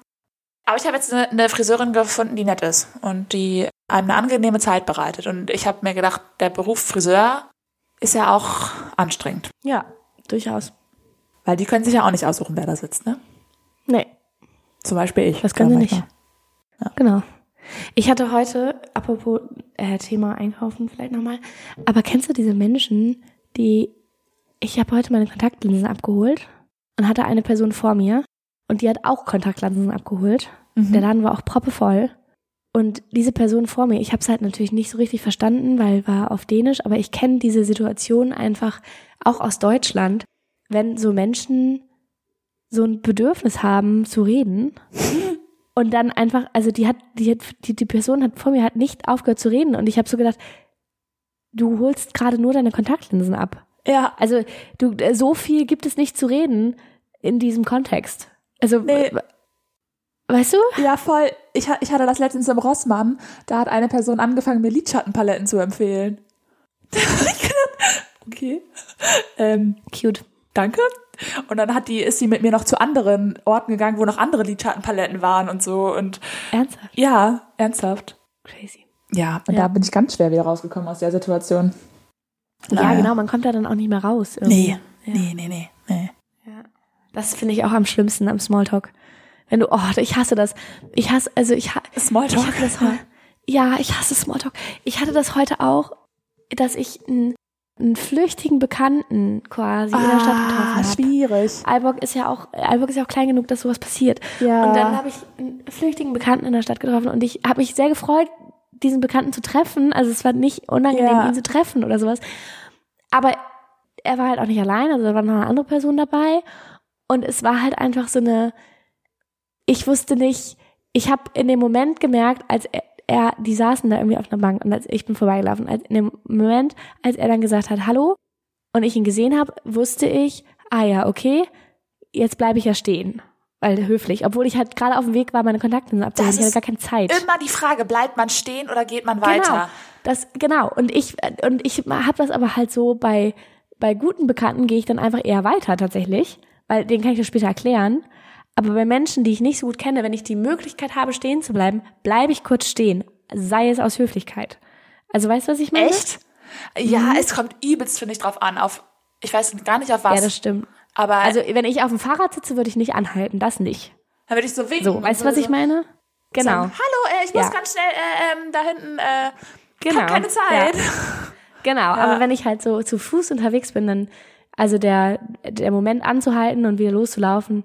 Speaker 1: Aber ich habe jetzt eine, eine Friseurin gefunden, die nett ist und die einem eine angenehme Zeit bereitet. Und ich habe mir gedacht, der Beruf Friseur ist ja auch anstrengend.
Speaker 2: ja, durchaus.
Speaker 1: Weil die können sich ja auch nicht aussuchen, wer da sitzt, ne?
Speaker 2: Nee,
Speaker 1: Zum Beispiel ich.
Speaker 2: Das können sie
Speaker 1: Sag
Speaker 2: nicht.
Speaker 1: mal.
Speaker 2: Genau. Ich hatte heute, apropos äh, Thema Einkaufen vielleicht nochmal, aber kennst du diese Menschen, die, ich habe heute meine Kontaktlinsen abgeholt und hatte eine Person vor mir und die hat auch Kontaktlinsen abgeholt.
Speaker 1: Mhm.
Speaker 2: Der Laden war auch proppevoll. Und diese Person vor mir, ich habe es halt natürlich nicht so richtig verstanden, weil war auf Dänisch, aber ich kenne diese Situation einfach auch aus Deutschland, wenn so Menschen so ein Bedürfnis haben zu reden und dann einfach, also die hat, die, hat, die, die Person hat vor mir hat nicht aufgehört zu reden und ich habe so gedacht, du holst gerade nur deine Kontaktlinsen ab.
Speaker 1: Ja.
Speaker 2: Also du, so viel gibt es nicht zu reden in diesem Kontext. Also,
Speaker 1: Nee.
Speaker 2: we- weißt du?
Speaker 1: Ja, voll. Ich, ha- ich hatte das letztens im Rossmann. Da hat eine Person angefangen, mir Lidschattenpaletten zu empfehlen. okay. Ähm,
Speaker 2: Cute.
Speaker 1: danke. Und dann hat die, ist sie mit mir noch zu anderen Orten gegangen, wo noch andere Lidschattenpaletten waren und so. Und
Speaker 2: Ernsthaft?
Speaker 1: ja, ernsthaft.
Speaker 2: Crazy.
Speaker 1: Ja, und
Speaker 2: Ja.
Speaker 1: da bin ich ganz schwer wieder rausgekommen aus der Situation.
Speaker 2: Ja,
Speaker 1: Naja.
Speaker 2: genau, man kommt da dann auch nicht mehr raus. irgendwie.
Speaker 1: Nee, nee, nee, nee, nee.
Speaker 2: Das finde ich auch am schlimmsten am Smalltalk. Wenn du, oh, ich hasse das. Ich hasse, also ich, ha-
Speaker 1: Smalltalk. ne?
Speaker 2: Ich hatte das heu- ja, ich hasse Smalltalk. Ich hatte das heute auch, dass ich einen, einen flüchtigen Bekannten quasi in der Stadt
Speaker 1: Ah,
Speaker 2: getroffen habe.
Speaker 1: schwierig.
Speaker 2: Alborg ist ja auch, Alborg ist ja auch klein genug, dass sowas passiert.
Speaker 1: Ja.
Speaker 2: Und dann habe ich einen flüchtigen Bekannten in der Stadt getroffen und ich habe mich sehr gefreut, diesen Bekannten zu treffen. Also es war nicht unangenehm,
Speaker 1: Ja.
Speaker 2: ihn zu treffen oder sowas. Aber er war halt auch nicht allein, also da war noch eine andere Person dabei. Und es war halt einfach so eine, ich wusste nicht, ich habe in dem Moment gemerkt, als er, er, die saßen da irgendwie auf einer Bank und als ich bin vorbeigelaufen, als in dem Moment, als er dann gesagt hat, hallo, und ich ihn gesehen habe, wusste ich, ah ja, okay, jetzt bleibe ich ja stehen. Weil höflich, obwohl ich halt gerade auf dem Weg war, meine Kontaktlinsen abzuholen.
Speaker 1: Das
Speaker 2: Ich hatte
Speaker 1: ist
Speaker 2: gar keine Zeit.
Speaker 1: Immer die Frage, bleibt man stehen oder geht man weiter?
Speaker 2: Das, genau. Und ich, und ich habe das aber halt so bei, bei guten Bekannten gehe ich dann einfach eher weiter tatsächlich, weil den kann ich das später erklären. Aber bei Menschen, die ich nicht so gut kenne, wenn ich die Möglichkeit habe, stehen zu bleiben, bleibe ich kurz stehen. Sei es aus Höflichkeit. Also weißt du, was ich meine?
Speaker 1: Echt? Mhm. Ja, es kommt übelst, finde ich, drauf an. Auf, ich weiß gar nicht auf was.
Speaker 2: Ja, das stimmt.
Speaker 1: aber
Speaker 2: Also wenn ich auf dem Fahrrad sitze, würde ich nicht anhalten, das nicht.
Speaker 1: dann würde ich so winken.
Speaker 2: So,
Speaker 1: und
Speaker 2: weißt du, was
Speaker 1: würde
Speaker 2: ich
Speaker 1: so
Speaker 2: meine? Genau.
Speaker 1: Sagen, Hallo, äh, ich muss
Speaker 2: Ja.
Speaker 1: ganz schnell äh, ähm, da hinten. Äh,
Speaker 2: Genau.
Speaker 1: Ich habe keine Zeit.
Speaker 2: Ja. Genau, aber wenn ich halt so zu Fuß unterwegs bin, dann, also der, der Moment anzuhalten und wieder loszulaufen,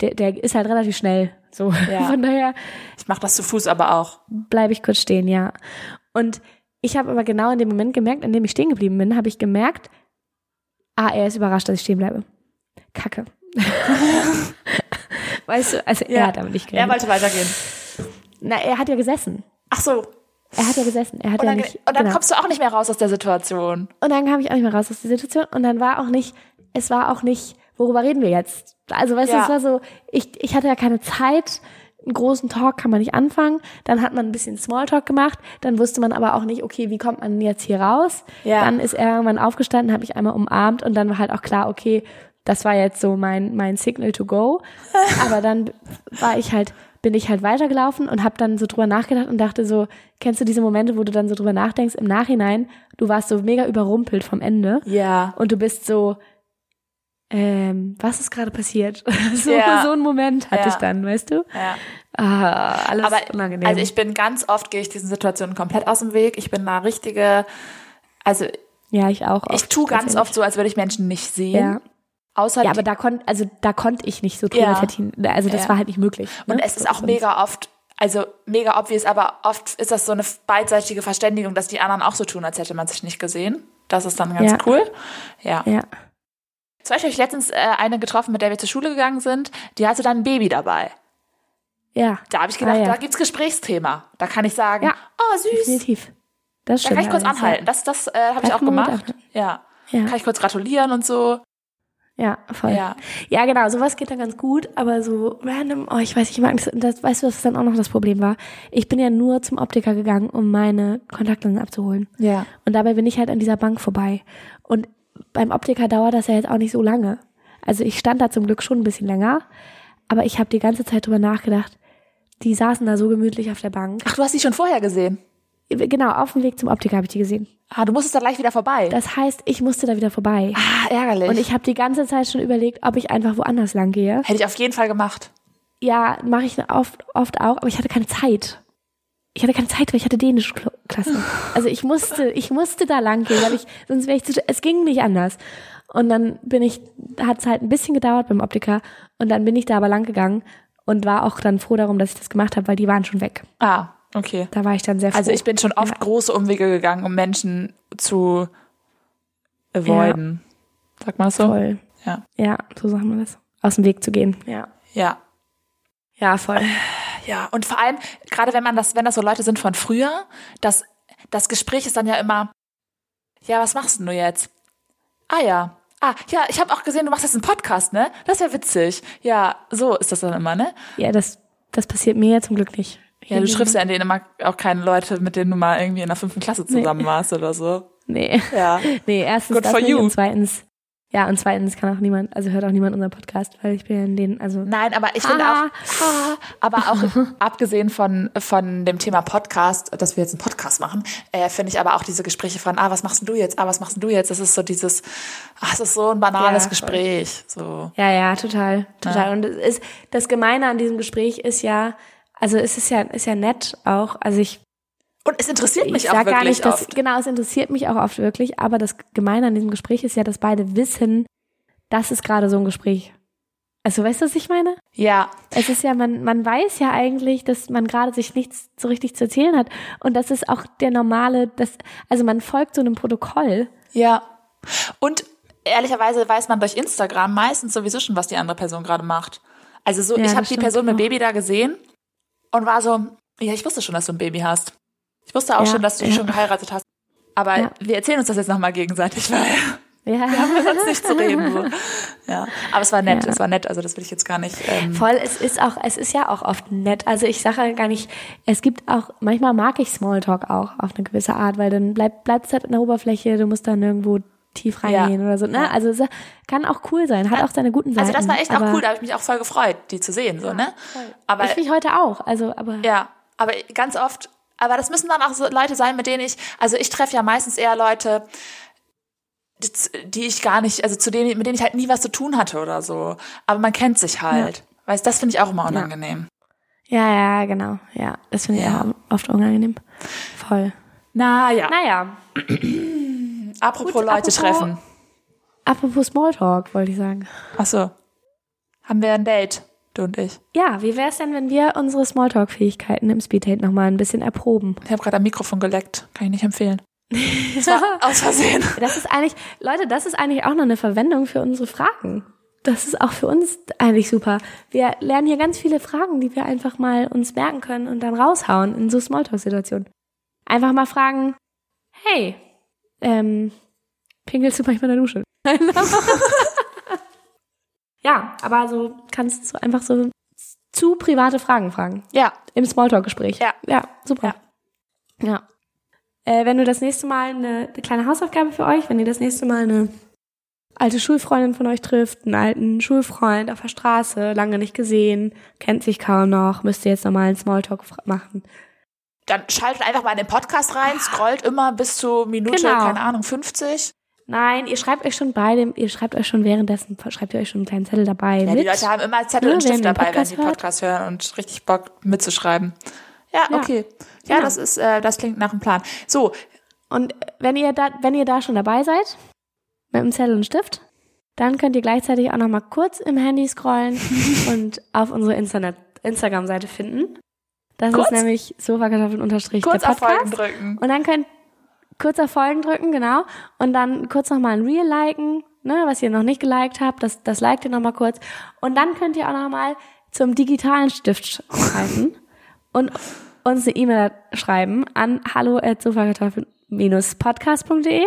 Speaker 2: der, der ist halt relativ schnell. So.
Speaker 1: Ja.
Speaker 2: Von daher
Speaker 1: Ich mache das zu Fuß aber auch.
Speaker 2: bleibe ich kurz stehen, ja. Und ich habe aber genau in dem Moment gemerkt, in dem ich stehen geblieben bin, habe ich gemerkt, ah, er ist überrascht, dass ich stehen bleibe. Kacke. weißt du, also er hat damit nicht
Speaker 1: Er
Speaker 2: geredet.
Speaker 1: wollte weitergehen.
Speaker 2: Na, er hat ja gesessen.
Speaker 1: Ach so.
Speaker 2: Er hat ja gesessen. Er hat
Speaker 1: Und
Speaker 2: ja
Speaker 1: dann,
Speaker 2: nicht,
Speaker 1: und dann
Speaker 2: genau.
Speaker 1: kommst du auch nicht mehr raus aus der Situation.
Speaker 2: Und dann kam ich auch nicht mehr raus aus der Situation. Und dann war auch nicht, es war auch nicht, worüber reden wir jetzt? Also, weißt du,
Speaker 1: Ja.
Speaker 2: es war so, ich, ich hatte ja keine Zeit. Einen großen Talk kann man nicht anfangen. Dann hat man ein bisschen Smalltalk gemacht. Dann wusste man aber auch nicht, okay, wie kommt man jetzt hier raus?
Speaker 1: Ja.
Speaker 2: Dann ist er irgendwann aufgestanden, hat mich einmal umarmt und dann war halt auch klar, okay, das war jetzt so mein, mein Signal to go. Aber dann war ich halt, bin ich halt weitergelaufen und habe dann so drüber nachgedacht und dachte so, kennst du diese Momente, wo du dann so drüber nachdenkst im Nachhinein, du warst so mega überrumpelt vom Ende
Speaker 1: Ja.
Speaker 2: und du bist so, ähm, was ist gerade passiert? so,
Speaker 1: Ja.
Speaker 2: so einen Moment hatte
Speaker 1: Ja.
Speaker 2: ich dann, weißt du?
Speaker 1: ja.
Speaker 2: Ah, alles
Speaker 1: Aber
Speaker 2: unangenehm.
Speaker 1: also ich bin ganz oft, gehe ich diesen Situationen komplett aus dem Weg. Ich bin da richtige, also
Speaker 2: ja, ich auch.
Speaker 1: ich tue ganz oft so, als würde ich Menschen nicht sehen.
Speaker 2: Ja.
Speaker 1: Außer
Speaker 2: Ja,
Speaker 1: die-
Speaker 2: aber da konnte also da konnte ich nicht so drüber
Speaker 1: Ja.
Speaker 2: verdienen. Also das
Speaker 1: Ja.
Speaker 2: war halt nicht möglich.
Speaker 1: Und
Speaker 2: ne?
Speaker 1: es ist
Speaker 2: So,
Speaker 1: auch
Speaker 2: sonst-
Speaker 1: mega oft, also mega obvious, aber oft ist das so eine beidseitige Verständigung, dass die anderen auch so tun, als hätte man sich nicht gesehen. Das ist dann ganz
Speaker 2: Ja.
Speaker 1: cool. Ja.
Speaker 2: Ja.
Speaker 1: Zum Beispiel habe ich letztens äh, eine getroffen, mit der wir zur Schule gegangen sind. Die hatte dann ein Baby dabei.
Speaker 2: Ja.
Speaker 1: Da habe ich gedacht,
Speaker 2: Ah, ja.
Speaker 1: da gibt's Gesprächsthema. Da kann ich sagen,
Speaker 2: Ja.
Speaker 1: oh süß,
Speaker 2: Definitiv. Das
Speaker 1: da
Speaker 2: stimmt.
Speaker 1: kann ich kurz
Speaker 2: allerdings, ja.
Speaker 1: anhalten. Das, das äh, habe ich
Speaker 2: Da
Speaker 1: auch
Speaker 2: kann man gut
Speaker 1: gemacht.
Speaker 2: anhalten.
Speaker 1: Ja.
Speaker 2: Ja.
Speaker 1: Kann ich kurz gratulieren und so.
Speaker 2: Ja, voll.
Speaker 1: Ja.
Speaker 2: Ja. genau, sowas geht da ganz gut, aber so random, oh, ich weiß nicht, ich mag das, und das, weißt du, was dann auch noch das Problem war? Ich bin ja nur zum Optiker gegangen, um meine Kontaktlinsen abzuholen.
Speaker 1: Ja.
Speaker 2: Und dabei bin ich halt an dieser Bank vorbei. Und beim Optiker dauert das ja jetzt auch nicht so lange. Also ich stand da zum Glück schon ein bisschen länger, aber ich habe die ganze Zeit drüber nachgedacht, die saßen da so gemütlich auf der Bank.
Speaker 1: Ach, du hast sie schon vorher gesehen.
Speaker 2: Genau, auf dem Weg zum Optiker habe ich die gesehen.
Speaker 1: Ah, du musstest da gleich wieder vorbei.
Speaker 2: Das heißt, ich musste da wieder vorbei.
Speaker 1: ah, ärgerlich.
Speaker 2: Und ich habe die ganze Zeit schon überlegt, ob ich einfach woanders lang gehe.
Speaker 1: Hätte ich auf jeden Fall gemacht.
Speaker 2: Ja, mache ich oft, oft auch, aber ich hatte keine Zeit. Ich hatte keine Zeit, weil ich hatte dänische Klo- Klasse. Also ich musste, ich musste da lang gehen, weil ich, sonst wäre ich zu, es ging nicht anders. Und dann bin ich, hat es halt ein bisschen gedauert beim Optiker und dann bin ich da aber lang gegangen und war auch dann froh darum, dass ich das gemacht habe, weil die waren schon weg.
Speaker 1: Ah, okay.
Speaker 2: Da war ich dann sehr froh.
Speaker 1: Also ich bin schon oft große Umwege gegangen, um Menschen zu avoiden. Sagt man das so?
Speaker 2: voll.
Speaker 1: Ja.
Speaker 2: Ja, so sagt man das. Aus dem Weg zu gehen. Ja.
Speaker 1: Ja.
Speaker 2: Ja, voll.
Speaker 1: Ja, und vor allem, gerade wenn man das, wenn das so Leute sind von früher, das, das Gespräch ist dann ja immer, ja, was machst denn du jetzt? Ah ja. Ah, ja, ich habe auch gesehen, du machst jetzt einen Podcast, ne? Das ist ja witzig. Ja, so ist das dann immer, ne?
Speaker 2: Ja, das, das passiert mir ja zum Glück nicht.
Speaker 1: Ja, genau. du triffst ja in Dänemark auch keine Leute, mit denen du mal irgendwie in der fünften Klasse zusammen warst oder so.
Speaker 2: Nee.
Speaker 1: Ja.
Speaker 2: Nee, erstens
Speaker 1: Good
Speaker 2: das
Speaker 1: for
Speaker 2: nicht
Speaker 1: you.
Speaker 2: und zweitens, ja, und zweitens kann auch niemand, also hört auch niemand unseren Podcast, weil ich bin ja in den, also
Speaker 1: Nein, aber ich finde
Speaker 2: Haha.
Speaker 1: auch, haha, aber auch abgesehen von, von dem Thema Podcast, dass wir jetzt einen Podcast machen, äh, finde ich aber auch diese Gespräche von, ah, was machst denn du jetzt? Ah, was machst denn du jetzt? Das ist so dieses, ah, es ist so ein banales
Speaker 2: Ja, voll.
Speaker 1: Gespräch. So.
Speaker 2: ja, ja, total, total. Und es ist, das Gemeine an diesem Gespräch ist ja, also es ist ja, ist ja nett auch, also ich,
Speaker 1: Und es interessiert mich
Speaker 2: ich
Speaker 1: auch
Speaker 2: sag
Speaker 1: wirklich
Speaker 2: gar nicht, dass,
Speaker 1: oft.
Speaker 2: genau, es interessiert mich auch oft wirklich, aber das Gemeine an diesem Gespräch ist ja, dass beide wissen, das ist gerade so ein Gespräch. Also weißt du, was ich meine?
Speaker 1: Ja,
Speaker 2: Es ist ja, man, man weiß ja eigentlich, dass man gerade sich nichts so richtig zu erzählen hat. Und das ist auch der normale, das, also man folgt so einem Protokoll.
Speaker 1: ja. Und ehrlicherweise weiß man durch Instagram meistens sowieso schon, was die andere Person gerade macht. Also so,
Speaker 2: Ja,
Speaker 1: ich habe
Speaker 2: das
Speaker 1: die
Speaker 2: stimmt genau.
Speaker 1: Person mit
Speaker 2: auch.
Speaker 1: Baby da gesehen und war so, ja, ich wusste schon, dass du ein Baby hast. Ich wusste auch
Speaker 2: Ja,
Speaker 1: schon, dass du
Speaker 2: ja.
Speaker 1: schon geheiratet hast. Aber
Speaker 2: Ja.
Speaker 1: wir erzählen uns das jetzt nochmal gegenseitig, weil
Speaker 2: Ja.
Speaker 1: wir haben ja sonst nicht zu reden. So. Ja. Aber es war nett,
Speaker 2: Ja.
Speaker 1: es war nett. Also das will ich jetzt gar nicht. Ähm,
Speaker 2: Voll, es ist auch, es ist ja auch oft nett. Also ich sage gar nicht, es gibt auch, manchmal mag ich Smalltalk auch auf eine gewisse Art, weil dann bleib, bleibst halt in der Oberfläche, du musst dann irgendwo tief reingehen oder so. Ne? Also es kann auch cool sein, hat auch seine guten Seiten.
Speaker 1: also das war echt auch
Speaker 2: aber
Speaker 1: cool, da habe ich mich auch voll gefreut, die zu sehen. So, ne? Aber
Speaker 2: Ich mich heute auch, also aber
Speaker 1: Ja, aber ganz oft, aber das müssen dann auch so Leute sein, mit denen ich, also ich treffe ja meistens eher Leute, die, die ich gar nicht, also zu denen, mit denen ich halt nie was zu tun hatte oder so. Aber man kennt sich halt. Weißt, das finde ich auch immer unangenehm.
Speaker 2: ja, ja, genau. Ja, das finde ich
Speaker 1: Ja.
Speaker 2: auch oft unangenehm. Voll.
Speaker 1: Naja,
Speaker 2: Naja,
Speaker 1: apropos
Speaker 2: gut,
Speaker 1: Leute
Speaker 2: apropos-
Speaker 1: treffen.
Speaker 2: Apropos Smalltalk, wollte ich sagen.
Speaker 1: Achso. Haben wir ein Date, du und ich.
Speaker 2: Ja, wie wäre es denn, wenn wir unsere Smalltalk-Fähigkeiten im Speeddate nochmal ein bisschen erproben?
Speaker 1: Ich habe gerade am Mikrofon geleckt. Kann ich nicht empfehlen. Das war aus Versehen.
Speaker 2: Das ist eigentlich, Leute, das ist eigentlich auch noch eine Verwendung für unsere Fragen. Das ist auch für uns eigentlich super. Wir lernen hier ganz viele Fragen, die wir einfach mal uns merken können und dann raushauen in so Smalltalk-Situationen. Einfach mal fragen, hey, ähm, pinkelst du manchmal in der Dusche? ja, aber so kannst du einfach so zu private Fragen fragen.
Speaker 1: Ja,
Speaker 2: Im Smalltalk-Gespräch.
Speaker 1: Ja.
Speaker 2: Ja, super. Ja. Äh, wenn du das nächste Mal eine, eine kleine Hausaufgabe für euch, wenn ihr das nächste Mal eine alte Schulfreundin von euch trifft, einen alten Schulfreund auf der Straße, lange nicht gesehen, kennt sich kaum noch, müsst ihr jetzt nochmal einen Smalltalk fra- machen.
Speaker 1: dann schaltet einfach mal in den Podcast rein, scrollt immer bis zu Minute,
Speaker 2: Genau.
Speaker 1: keine Ahnung, 50.
Speaker 2: Nein, ihr schreibt euch schon bei dem, ihr schreibt euch schon währenddessen, schreibt ihr euch schon einen kleinen Zettel dabei
Speaker 1: Ja,
Speaker 2: mit.
Speaker 1: die Leute haben immer Zettel
Speaker 2: Ne,
Speaker 1: und
Speaker 2: wenn
Speaker 1: Stift
Speaker 2: ihr den
Speaker 1: dabei, wenn
Speaker 2: Podcast
Speaker 1: sie
Speaker 2: hört.
Speaker 1: Podcast hören und richtig Bock mitzuschreiben. Ja,
Speaker 2: Ja.
Speaker 1: okay. Ja,
Speaker 2: Genau.
Speaker 1: das ist, äh, das klingt nach einem Plan. So,
Speaker 2: Und wenn ihr da, wenn ihr da schon dabei seid, mit einem Zettel und Stift, dann könnt ihr gleichzeitig auch noch mal kurz im Handy scrollen und auf unsere Internet, Instagram-Seite finden. Das
Speaker 1: Kurz?
Speaker 2: ist nämlich sofakartoffeln unterstrich der
Speaker 1: kurz auf Folgen
Speaker 2: Podcast.
Speaker 1: drücken.
Speaker 2: Und dann könnt kurz auf Folgen drücken, genau. Und dann kurz noch mal ein Reel liken, ne, was ihr noch nicht geliked habt, das, das liked ihr noch mal kurz. Und dann könnt ihr auch noch mal zum digitalen Stift schreiben und uns eine E-Mail schreiben an hallo podcastde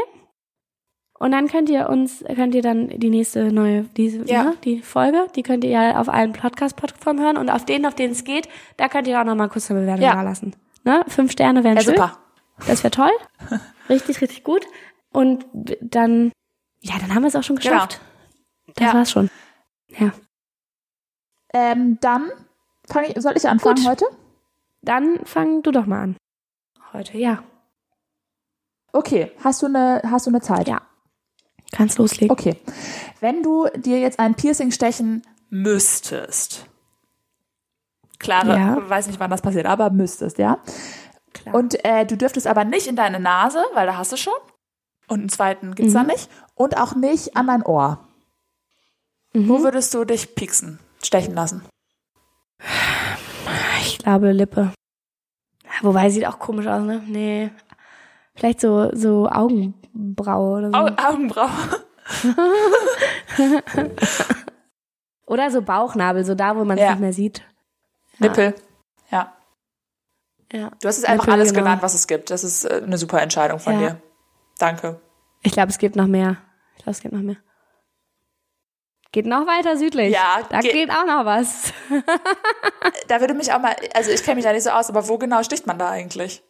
Speaker 2: Und dann könnt ihr uns, könnt ihr dann die nächste neue, diese,
Speaker 1: Ja.
Speaker 2: ne, die Folge, die könnt ihr ja auf allen Podcast-Plattformen hören und auf denen, auf denen es geht, da könnt ihr auch nochmal kurz eine Bewertung
Speaker 1: Ja. Also
Speaker 2: da lassen. Ne? Fünf Sterne wären
Speaker 1: Ja,
Speaker 2: schön.
Speaker 1: super.
Speaker 2: Das wäre toll. Richtig, richtig gut. Und dann, ja, dann haben wir es auch schon geschafft.
Speaker 1: Ja.
Speaker 2: Das war's schon.
Speaker 1: Ähm, dann fang ich, soll ich anfangen
Speaker 2: Gut.
Speaker 1: heute?
Speaker 2: Dann fang du doch mal an. Heute, ja.
Speaker 1: Okay, hast du eine, hast du eine Zeit?
Speaker 2: Ja. Kannst loslegen.
Speaker 1: Okay. Wenn du dir jetzt ein Piercing stechen müsstest. Klare,
Speaker 2: Ja.
Speaker 1: weiß nicht, wann das passiert, aber müsstest, ja.
Speaker 2: Klar.
Speaker 1: Und äh, du dürftest aber nicht in deine Nase, weil da hast du schon. Und einen zweiten gibt's da nicht. Und auch nicht an dein Ohr. Wo
Speaker 2: mhm.
Speaker 1: würdest du dich pieksen, stechen lassen?
Speaker 2: Ich glaube Lippe. Wobei sieht auch komisch aus, ne? Nee. Vielleicht so, so Augenbraue oder so.
Speaker 1: Au Augenbraue.
Speaker 2: Oder so Bauchnabel, so da, wo man es
Speaker 1: Ja.
Speaker 2: nicht mehr sieht.
Speaker 1: Nippel. Ja.
Speaker 2: Ja.
Speaker 1: Du hast jetzt einfach
Speaker 2: Nippel,
Speaker 1: alles
Speaker 2: genau.
Speaker 1: genannt, was es gibt. Das ist äh, eine super Entscheidung von
Speaker 2: Ja.
Speaker 1: dir. Danke.
Speaker 2: Ich glaube, es gibt noch mehr. Ich glaube, es gibt noch mehr. Geht noch weiter südlich.
Speaker 1: Ja,
Speaker 2: da
Speaker 1: ge-
Speaker 2: geht auch noch was.
Speaker 1: Da würde mich auch mal, also ich kenne mich da nicht so aus, aber wo genau sticht man da eigentlich?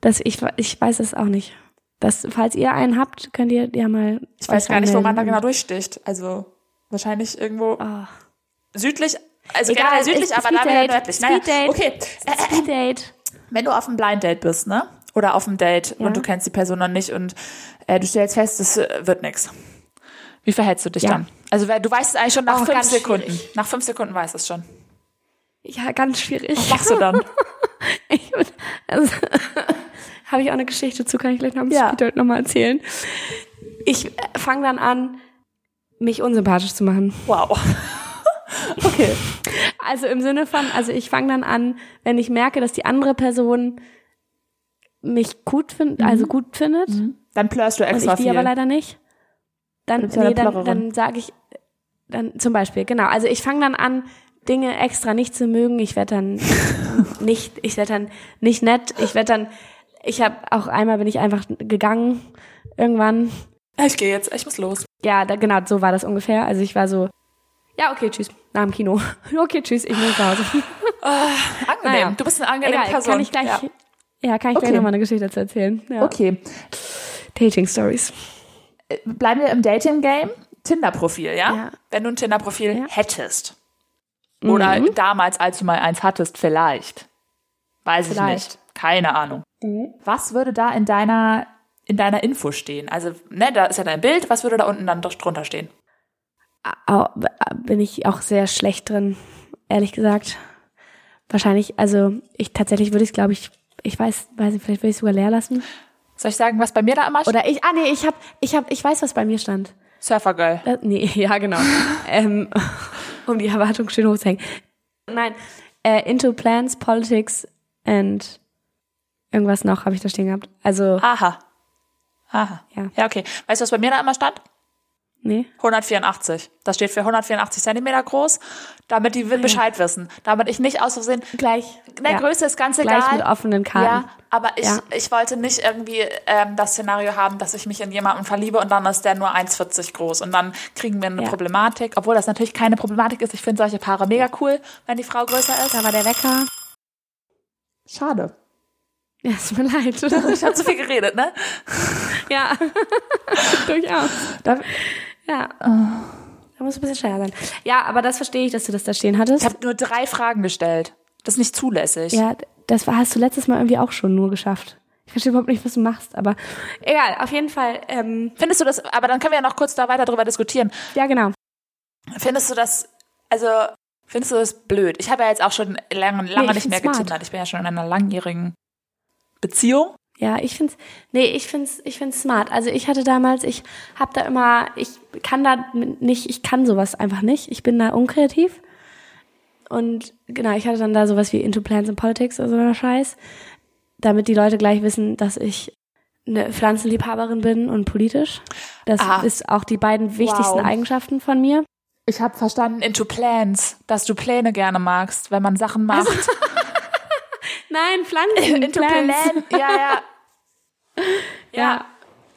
Speaker 2: Das, ich, ich weiß es auch nicht. Das, falls ihr einen habt, könnt ihr ja mal.
Speaker 1: Ich weiß
Speaker 2: euch
Speaker 1: gar nicht, wo man da genau
Speaker 2: anmelden.
Speaker 1: durchsticht. Also wahrscheinlich irgendwo
Speaker 2: Ah.
Speaker 1: südlich, also
Speaker 2: Egal,
Speaker 1: generell südlich,
Speaker 2: ist-
Speaker 1: aber
Speaker 2: Speed
Speaker 1: dann wieder
Speaker 2: Date,
Speaker 1: nördlich.
Speaker 2: Speed
Speaker 1: Naja,
Speaker 2: Date.
Speaker 1: okay. Äh, äh,
Speaker 2: Speed Date.
Speaker 1: Wenn du auf einem Blind Date bist, ne? Oder auf einem Date
Speaker 2: Ja.
Speaker 1: und du kennst die Person noch nicht und äh, du stellst fest, das äh, wird nix. Wie verhältst du dich
Speaker 2: Ja.
Speaker 1: dann? Also weil du weißt es eigentlich schon nach
Speaker 2: Oh,
Speaker 1: fünf
Speaker 2: ganz
Speaker 1: Sekunden.
Speaker 2: schwierig.
Speaker 1: Nach fünf Sekunden weißt du es schon.
Speaker 2: Ja, ganz schwierig.
Speaker 1: Was machst du dann?
Speaker 2: Ich würd- also, habe ich auch eine Geschichte zu, kann ich gleich nach dem
Speaker 1: Ja.
Speaker 2: Speed Date nochmal erzählen. Ich fange dann an, mich unsympathisch zu machen.
Speaker 1: wow. okay.
Speaker 2: Also im Sinne von, also ich fange dann an, wenn ich merke, dass die andere Person mich gut findet,
Speaker 1: Mhm.
Speaker 2: also gut findet,
Speaker 1: Dann plörst du
Speaker 2: und
Speaker 1: extra
Speaker 2: Also ich die
Speaker 1: viel.
Speaker 2: aber leider nicht, dann,
Speaker 1: Du bist ja
Speaker 2: nee,
Speaker 1: eine
Speaker 2: dann,
Speaker 1: Plörrerin.
Speaker 2: dann sage ich, dann zum Beispiel, genau, also ich fange dann an, Dinge extra nicht zu mögen, ich werde dann nicht, ich werde dann nicht nett, ich werde dann, ich habe auch einmal bin ich einfach gegangen, irgendwann,
Speaker 1: ich gehe jetzt, ich muss los.
Speaker 2: ja, da, genau, so war das ungefähr, also ich war so, ja, okay, tschüss, nach dem Kino, okay, tschüss, ich muss nach Hause.
Speaker 1: Angenehm.
Speaker 2: Naja.
Speaker 1: Du bist eine angenehme
Speaker 2: Egal,
Speaker 1: Person.
Speaker 2: kann ich gleich,
Speaker 1: Ja.
Speaker 2: ja. kann ich
Speaker 1: Okay.
Speaker 2: gleich nochmal eine Geschichte dazu erzählen. Ja.
Speaker 1: Okay.
Speaker 2: Dating Stories.
Speaker 1: bleiben wir im Dating-Game. Tinder-Profil, ja?
Speaker 2: Ja.
Speaker 1: Wenn du ein Tinder-Profil
Speaker 2: Ja.
Speaker 1: hättest. Oder
Speaker 2: Mhm.
Speaker 1: damals, als du mal eins hattest, vielleicht. Weiß ich
Speaker 2: Vielleicht. Mhm.
Speaker 1: nicht. Keine Ahnung. Was würde da in deiner, in deiner Info stehen? Also, ne, da ist ja dein Bild. Was würde da unten dann doch drunter stehen?
Speaker 2: Au- Bin ich auch sehr schlecht drin, ehrlich gesagt. Wahrscheinlich, also ich tatsächlich würde ich glaube ich, ich weiß, weiß nicht, vielleicht würde ich sogar leer lassen.
Speaker 1: Soll ich sagen, was bei mir da immer steht?
Speaker 2: Oder ich, ah nee, ich habe, ich habe, ich weiß, was bei mir stand.
Speaker 1: Surfer-Girl.
Speaker 2: Äh, nee, ja genau. ähm, um die Erwartung schön hochzuhängen. Nein, äh, into plans, politics and irgendwas noch habe ich da stehen gehabt. Also
Speaker 1: Aha. Aha.
Speaker 2: Ja.
Speaker 1: ja, okay. Weißt du, was bei mir da immer stand?
Speaker 2: nee.
Speaker 1: 184. Das steht für 184 Zentimeter groß, damit
Speaker 2: Ah
Speaker 1: die Bescheid wissen. Damit ich nicht aus Versehen
Speaker 2: Gleich.
Speaker 1: In der Größe ist ganz egal.
Speaker 2: Gleich mit offenen Karten.
Speaker 1: Ja, aber ich,
Speaker 2: Ja.
Speaker 1: ich wollte nicht irgendwie ähm, das Szenario haben, dass ich mich in jemanden verliebe und dann ist der nur 1,40 groß und dann kriegen wir eine
Speaker 2: Ja.
Speaker 1: Problematik, obwohl das natürlich keine Problematik ist. Ich finde solche Paare mega cool, wenn die Frau größer ist.
Speaker 2: Da war der Wecker.
Speaker 1: Schade.
Speaker 2: Ja, es tut mir leid.
Speaker 1: Ich habe zu viel geredet, ne?
Speaker 2: ja. Durchaus.
Speaker 1: Darf-
Speaker 2: Ja.
Speaker 1: Ah.
Speaker 2: Da muss ein bisschen schneller sein. Ja, aber das verstehe ich, dass du das da stehen hattest.
Speaker 1: Ich habe nur drei Fragen gestellt. Das ist nicht zulässig.
Speaker 2: ja, das war, hast du letztes Mal irgendwie auch schon nur geschafft. Ich verstehe überhaupt nicht, was du machst, aber egal, auf jeden Fall, ähm,
Speaker 1: Findest du das, aber dann können wir ja noch kurz da weiter drüber diskutieren.
Speaker 2: ja genau.
Speaker 1: Findest du das, also findest du das blöd? Ich habe ja jetzt auch schon lange, lange
Speaker 2: ich
Speaker 1: nicht mehr
Speaker 2: find's smart.
Speaker 1: getindert. Ich bin ja schon in einer langjährigen Beziehung.
Speaker 2: Ja, ich find's, nee, ich find's, ich find's smart. Also ich hatte damals, ich hab da immer, ich kann da mit- nicht, ich kann sowas einfach nicht. Ich bin da unkreativ. Und genau, ich hatte dann da sowas wie Into Plants and Politics oder so einer Scheiß, damit die Leute gleich wissen, dass ich eine Pflanzenliebhaberin bin und politisch. Das
Speaker 1: Ah.
Speaker 2: ist auch die beiden wichtigsten
Speaker 1: Wow.
Speaker 2: Eigenschaften von mir.
Speaker 1: Ich habe verstanden, into plans, dass du Pläne gerne magst, wenn man Sachen macht.
Speaker 2: Also, Nein, Pflanzen.
Speaker 1: into plan, ja, ja.
Speaker 2: Ja.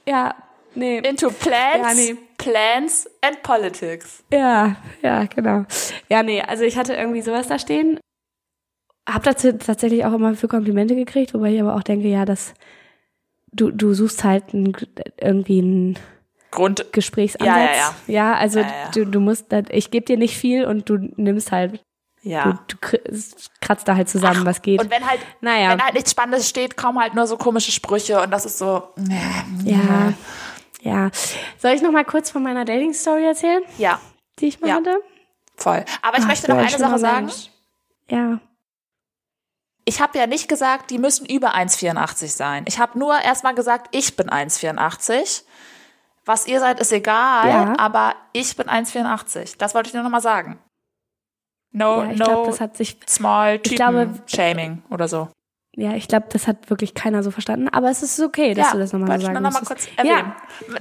Speaker 2: Ja. Nee.
Speaker 1: Into plants,
Speaker 2: Ja, nee.
Speaker 1: plants and politics.
Speaker 2: Ja, ja, genau. Ja, nee, also ich hatte irgendwie sowas da stehen. Hab dazu tatsächlich auch immer für Komplimente gekriegt, wobei ich aber auch denke, ja, dass du, du suchst halt ein, irgendwie einen
Speaker 1: Grund.
Speaker 2: Gesprächsansatz.
Speaker 1: Ja,
Speaker 2: ja. ja also
Speaker 1: Ja, ja.
Speaker 2: Du, du musst, da- ich gebe dir nicht viel und du nimmst halt,
Speaker 1: Ja.
Speaker 2: du, du kr- kratzt da halt zusammen, was geht.
Speaker 1: Und wenn halt,
Speaker 2: Naja.
Speaker 1: wenn halt nichts Spannendes steht, kommen halt nur so komische Sprüche und das ist so.
Speaker 2: ja, ja. Soll ich noch mal kurz von meiner Dating-Story erzählen,
Speaker 1: Ja,
Speaker 2: die ich mal
Speaker 1: Ja.
Speaker 2: hatte?
Speaker 1: voll. Aber ich
Speaker 2: Ach,
Speaker 1: möchte
Speaker 2: bin
Speaker 1: noch
Speaker 2: ein
Speaker 1: eine Sache
Speaker 2: schlimmer
Speaker 1: sagen.
Speaker 2: Mensch. Ja.
Speaker 1: Ich habe ja nicht gesagt, die müssen über 1,84 sein. Ich habe nur erstmal gesagt, ich bin 1,84. Was ihr seid, ist egal,
Speaker 2: Ja.
Speaker 1: aber ich bin 1,84. Das wollte ich nur nochmal sagen. No,
Speaker 2: ja, ich
Speaker 1: Oh, no
Speaker 2: glaube, das hat sich
Speaker 1: small
Speaker 2: Ich
Speaker 1: Typen
Speaker 2: glaube-
Speaker 1: Shaming oder so.
Speaker 2: Ja, ich glaube, das hat wirklich keiner so verstanden, aber es ist okay, dass du das nochmal
Speaker 1: wollte
Speaker 2: so
Speaker 1: ich
Speaker 2: sagen
Speaker 1: nur noch mal
Speaker 2: musstest.
Speaker 1: kurz erwähnen.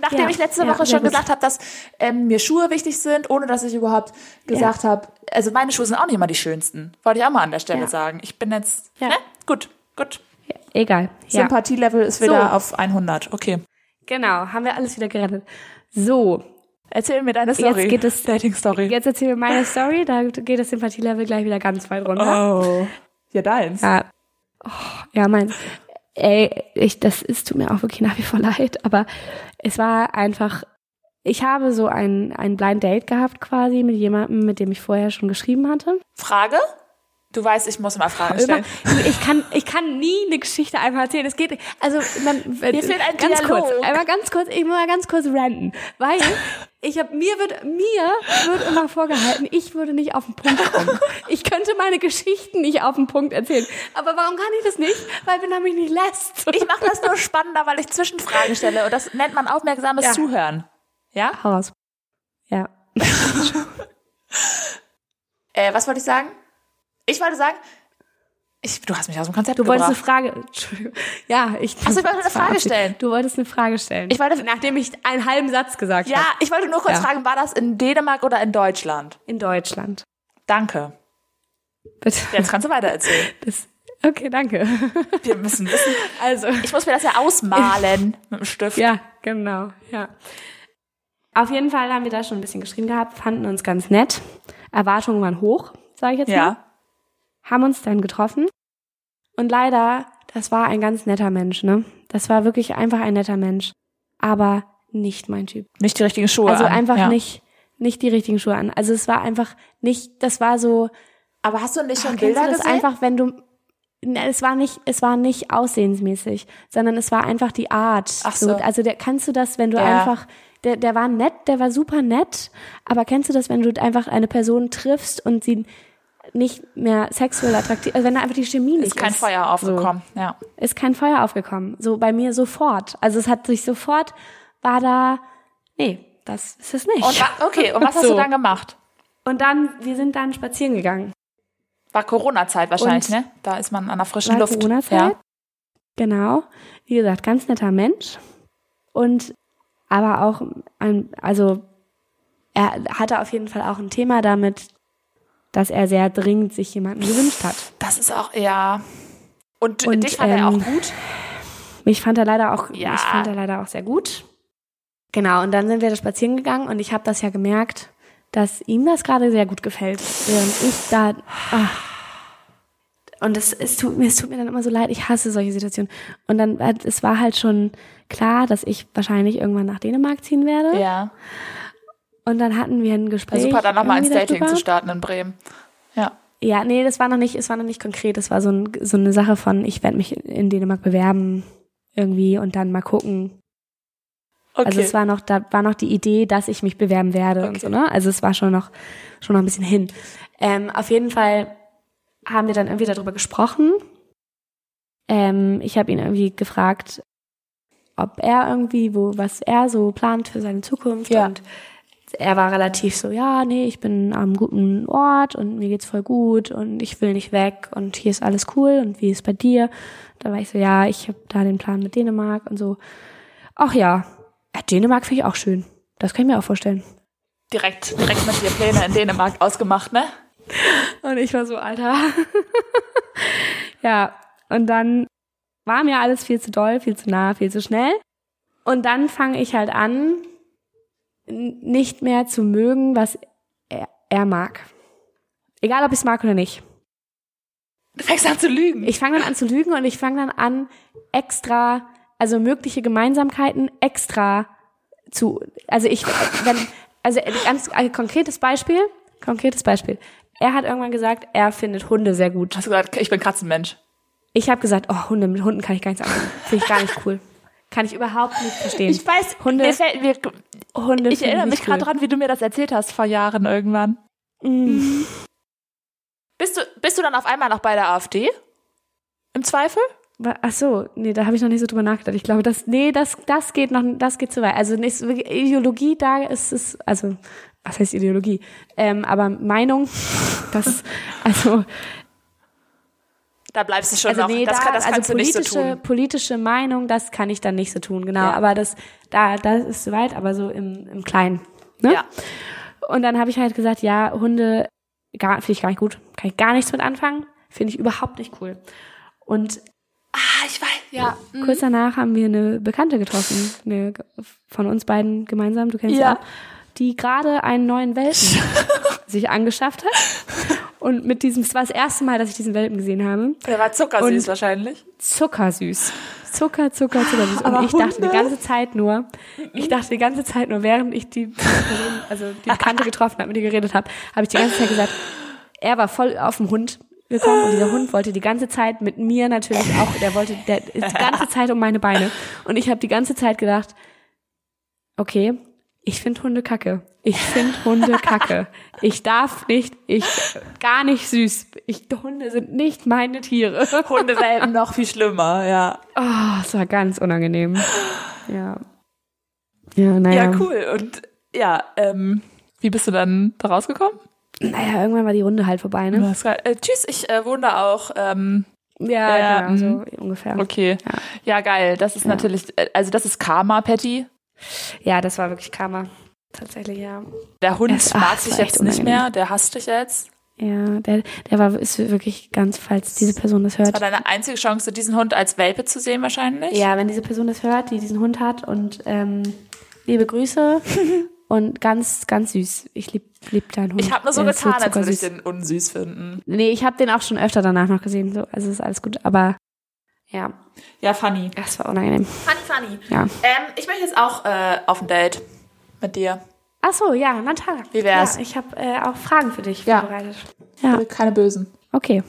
Speaker 1: Nachdem
Speaker 2: Ja,
Speaker 1: ich letzte
Speaker 2: ja,
Speaker 1: Woche schon
Speaker 2: sehr gut.
Speaker 1: gesagt habe, dass ähm, mir Schuhe wichtig sind, ohne dass ich überhaupt gesagt habe, also meine Schuhe sind auch nicht immer die schönsten. Wollte ich auch mal an der Stelle
Speaker 2: Ja.
Speaker 1: sagen. Ich bin jetzt,
Speaker 2: Ja.
Speaker 1: ne? Gut, gut.
Speaker 2: Ja, egal. Ja.
Speaker 1: Sympathielevel ist
Speaker 2: So.
Speaker 1: wieder auf 100. Okay.
Speaker 2: Genau, haben wir alles wieder gerettet. So,
Speaker 1: Erzähl mir deine
Speaker 2: Story. geht es-
Speaker 1: Dating-Story.
Speaker 2: jetzt erzählen wir meine Story, da geht das Sympathielevel gleich wieder ganz weit runter.
Speaker 1: Oh. Ja, deins.
Speaker 2: Ja, oh, ja mein, ey, ich, das ist, tut mir auch wirklich nach wie vor leid, aber es war einfach, ich habe so ein, ein Blind Date gehabt quasi mit jemandem, mit dem ich vorher schon geschrieben hatte.
Speaker 1: Frage? Du weißt, ich muss immer Fragen stellen.
Speaker 2: Immer, ich, kann, ich kann nie eine Geschichte einfach erzählen. Es geht, also man,
Speaker 1: Hier fehlt ein
Speaker 2: ganz
Speaker 1: Dialog.
Speaker 2: kurz, einmal ganz kurz, ich muss mal ganz kurz ranten, weil ich hab, mir wird mir wird immer vorgehalten, ich würde nicht auf den Punkt kommen. Ich könnte meine Geschichten nicht auf den Punkt erzählen. Aber warum kann ich das nicht? Weil Benna mich nicht lässt.
Speaker 1: Ich mache das nur spannender, weil ich Zwischenfragen stelle. Und das nennt man aufmerksames
Speaker 2: Ja.
Speaker 1: Zuhören. Ja?
Speaker 2: Hau raus. Ja.
Speaker 1: Äh, was wollte ich sagen? Ich wollte sagen, ich, du hast mich aus dem Konzept
Speaker 2: Du wolltest eine
Speaker 1: gebracht.
Speaker 2: Frage. Entschuldigung. Ja, ich.
Speaker 1: Ach so, ich wollte eine
Speaker 2: das war
Speaker 1: Frage
Speaker 2: absicht.
Speaker 1: stellen.
Speaker 2: Du wolltest eine Frage stellen.
Speaker 1: Ich wollte-
Speaker 2: nachdem ich einen halben Satz gesagt
Speaker 1: ja,
Speaker 2: habe.
Speaker 1: ich wollte nur kurz
Speaker 2: Ja.
Speaker 1: fragen, war das in Dänemark oder in Deutschland?
Speaker 2: In Deutschland.
Speaker 1: Danke.
Speaker 2: Bitte.
Speaker 1: Jetzt kannst du weiter erzählen.
Speaker 2: Das, okay, danke.
Speaker 1: Wir müssen wissen.
Speaker 2: Also,
Speaker 1: Ich muss mir das ja ausmalen mit dem Stift.
Speaker 2: ja, genau, ja. Auf jeden Fall haben wir da schon ein bisschen geschrieben gehabt, fanden uns ganz nett. Erwartungen waren hoch, sage ich jetzt mal.
Speaker 1: ja.
Speaker 2: Haben uns dann getroffen. Und leider, das war ein ganz netter Mensch, ne? Das war wirklich einfach ein netter Mensch. Aber nicht mein Typ.
Speaker 1: Nicht die richtigen Schuhe.
Speaker 2: also
Speaker 1: an.
Speaker 2: einfach
Speaker 1: ja.
Speaker 2: nicht, nicht die richtigen Schuhe an. Also es war einfach nicht, das war so,
Speaker 1: Aber hast du nicht schon
Speaker 2: Ach, kennst
Speaker 1: Bilder
Speaker 2: du das
Speaker 1: gesehen?
Speaker 2: einfach, wenn du Ne, es war nicht, es war nicht aussehensmäßig, sondern es war einfach die Art.
Speaker 1: Ach so.
Speaker 2: Also der, kannst du das, wenn du
Speaker 1: Ja.
Speaker 2: einfach, der, der war nett, der war super nett, aber kennst du das, wenn du einfach eine Person triffst und sie nicht mehr sexuell attraktiv, also wenn da einfach die Chemie nicht
Speaker 1: ist kein Feuer aufgekommen. Ja.
Speaker 2: So, ist kein Feuer aufgekommen. So bei mir sofort. Also es hat sich sofort, war da, nee, das ist es nicht.
Speaker 1: Und wa- okay, und was hast
Speaker 2: So.
Speaker 1: du dann gemacht?
Speaker 2: und dann, wir sind dann spazieren gegangen.
Speaker 1: War Corona-Zeit wahrscheinlich,
Speaker 2: Und-
Speaker 1: ne? Da ist man an der frischen
Speaker 2: war
Speaker 1: Luft.
Speaker 2: Corona-Zeit.
Speaker 1: Ja.
Speaker 2: Genau. Wie gesagt, ganz netter Mensch. Und aber auch ein, also er hatte auf jeden Fall auch ein Thema damit, dass er sehr dringend sich jemanden gewünscht hat.
Speaker 1: Das ist auch, ja. Und,
Speaker 2: Und,
Speaker 1: dich fand er auch
Speaker 2: ähm,
Speaker 1: gut?
Speaker 2: Mich fand er leider auch,
Speaker 1: Ja.
Speaker 2: ich fand er leider auch sehr gut. Genau, und dann sind wir da spazieren gegangen und ich habe das ja gemerkt, dass ihm das gerade sehr gut gefällt. Während ich da. Ach. Und es, es, tut mir, es tut mir dann immer so leid, ich hasse solche Situationen. Und dann, äh, es war halt schon klar, dass ich wahrscheinlich irgendwann nach Dänemark ziehen werde.
Speaker 1: Ja.
Speaker 2: Und dann hatten wir ein Gespräch.
Speaker 1: Super, dann nochmal ins
Speaker 2: irgendwie
Speaker 1: Dating
Speaker 2: darüber.
Speaker 1: zu starten in Bremen. Ja.
Speaker 2: Ja, nee, das war noch nicht, es war noch nicht konkret. Das war so, ein, so eine Sache von, ich werde mich in Dänemark bewerben irgendwie und dann mal gucken,
Speaker 1: Okay.
Speaker 2: Also es war noch, da war noch die Idee, dass ich mich bewerben werde und so, ne? Also es war schon noch, schon noch ein bisschen hin. Ähm, auf jeden Fall haben wir dann irgendwie darüber gesprochen. Ähm, ich habe ihn irgendwie gefragt, ob er irgendwie, wo, was er so plant für seine Zukunft.
Speaker 1: Ja.
Speaker 2: Und er war relativ so, ja, nee, ich bin am guten Ort und mir geht's voll gut und ich will nicht weg und hier ist alles cool und wie ist bei dir? Da war ich so, ja, ich habe da den Plan mit Dänemark und so. Ach ja, ja Dänemark finde ich auch schön. Das kann ich mir auch vorstellen.
Speaker 1: direkt, direkt mit dir Pläne in Dänemark ausgemacht, ne?
Speaker 2: Und ich war so, Alter. ja, und dann war mir alles viel zu doll, viel zu nah, viel zu schnell. Und dann fange ich halt an, n- nicht mehr zu mögen, was er, er mag. Egal, ob ich es mag oder nicht.
Speaker 1: Du fängst an zu lügen.
Speaker 2: Ich fange dann an zu lügen und ich fange dann an, extra, also mögliche Gemeinsamkeiten extra zu, also ich, wenn, also ganz ein konkretes Beispiel, konkretes Beispiel. Er hat irgendwann gesagt, er findet Hunde sehr gut.
Speaker 1: Hast du gesagt, ich bin Katzenmensch.
Speaker 2: Ich habe gesagt, oh, Hunde, mit Hunden kann ich gar nichts anfangen. Finde ich gar nicht cool. Kann ich überhaupt nicht verstehen.
Speaker 1: Ich weiß,
Speaker 2: Hunde,
Speaker 1: mir fällt, mir,
Speaker 2: Hunde
Speaker 1: ich
Speaker 2: finde
Speaker 1: erinnere mich
Speaker 2: nicht
Speaker 1: gerade
Speaker 2: cool.
Speaker 1: dran, wie du mir das erzählt hast vor Jahren irgendwann.
Speaker 2: Mm.
Speaker 1: Bist du, bist du dann auf einmal noch bei der AfD? Im Zweifel?
Speaker 2: Wa- Ach so, nee, da habe ich noch nicht so drüber nachgedacht. Ich glaube, das, nee, das, das geht noch, das geht zu weit. Also nicht, so wirklich- Ideologie da ist es, also was heißt Ideologie? Ähm, aber Meinung, das, also,
Speaker 1: Da bleibst du schon
Speaker 2: also
Speaker 1: noch.
Speaker 2: nee,
Speaker 1: das
Speaker 2: da,
Speaker 1: kann, das kannst
Speaker 2: also
Speaker 1: du nicht so
Speaker 2: politische,
Speaker 1: tun.
Speaker 2: politische Meinung, das kann ich dann nicht so tun, genau.
Speaker 1: Ja.
Speaker 2: Aber das, da, das ist zu weit, aber so im, im Kleinen. Ne?
Speaker 1: Ja.
Speaker 2: Und dann habe ich halt gesagt, ja, Hunde gar- finde ich gar nicht gut, kann ich gar nichts mit anfangen, finde ich überhaupt nicht cool. Und
Speaker 1: Ah, ich weiß, ja.
Speaker 2: Kurz danach haben wir eine Bekannte getroffen, eine ge- von uns beiden gemeinsam, du kennst
Speaker 1: Ja.
Speaker 2: ja, auch, die gerade einen neuen Welpen sich angeschafft hat. Und mit diesem, es war das erste Mal, dass ich diesen Welpen gesehen habe.
Speaker 1: Der war zuckersüß
Speaker 2: Und-
Speaker 1: wahrscheinlich.
Speaker 2: Zuckersüß. Zucker, Zucker, Zuckersüß. Und
Speaker 1: Aber
Speaker 2: ich dachte
Speaker 1: Hunde?
Speaker 2: die ganze Zeit nur, ich dachte die ganze Zeit nur, während ich die Person, also die Bekannte getroffen habe, mit ihr geredet habe, habe ich die ganze Zeit gesagt, er war voll auf den Hund gekommen und dieser Hund wollte die ganze Zeit mit mir natürlich auch, der wollte der, die ganze Zeit um meine Beine. Und ich habe die ganze Zeit gedacht, okay, ich finde Hunde kacke. Ich finde Hunde kacke. Ich darf nicht, ich, gar nicht süß. Ich, Hunde sind nicht meine Tiere.
Speaker 1: Hundewelpen noch viel schlimmer, ja.
Speaker 2: Oh, es war ganz unangenehm. Ja. Ja, naja.
Speaker 1: Ja, cool. Und ja, ähm, wie bist du dann da rausgekommen?
Speaker 2: Naja, irgendwann war die Runde halt vorbei,
Speaker 1: Du
Speaker 2: ne?
Speaker 1: hast gesagt, Äh, tschüss, ich äh, wohne da auch. Ähm,
Speaker 2: Ja,
Speaker 1: Ja,
Speaker 2: genau, so ungefähr.
Speaker 1: okay. Ja. geil. Das ist natürlich, äh, also das ist Karma, Patty.
Speaker 2: Ja, das war wirklich Karma. Tatsächlich, ja.
Speaker 1: Der Hund
Speaker 2: Es- ach,
Speaker 1: mag
Speaker 2: es
Speaker 1: dich
Speaker 2: war echt
Speaker 1: jetzt nicht
Speaker 2: unangenehm.
Speaker 1: mehr, der hasst dich jetzt.
Speaker 2: Ja, der, der war, ist wirklich ganz, falls diese Person das hört.
Speaker 1: War deine einzige Chance, diesen Hund als Welpe zu sehen wahrscheinlich?
Speaker 2: Ja, wenn diese Person das hört, die diesen Hund hat und ähm, liebe Grüße und ganz, ganz süß. Ich lieb, lieb deinen Hund.
Speaker 1: Ich habe nur so
Speaker 2: Der ist
Speaker 1: getan, als würde ich
Speaker 2: zuckersüß.
Speaker 1: den unsüß finden.
Speaker 2: Nee, ich habe den auch schon öfter danach noch gesehen. So, also ist alles gut, aber ja,
Speaker 1: Ja, funny.
Speaker 2: das war unangenehm.
Speaker 1: Funny, funny.
Speaker 2: Ja.
Speaker 1: Ähm, ich möchte jetzt auch äh, auf ein Date mit dir.
Speaker 2: Ach so, ja, Natalia.
Speaker 1: Wie wär's?
Speaker 2: Ja, ich habe äh, auch Fragen für dich
Speaker 1: Ja.
Speaker 2: vorbereitet. Ja,
Speaker 1: Keine Bösen.
Speaker 2: okay.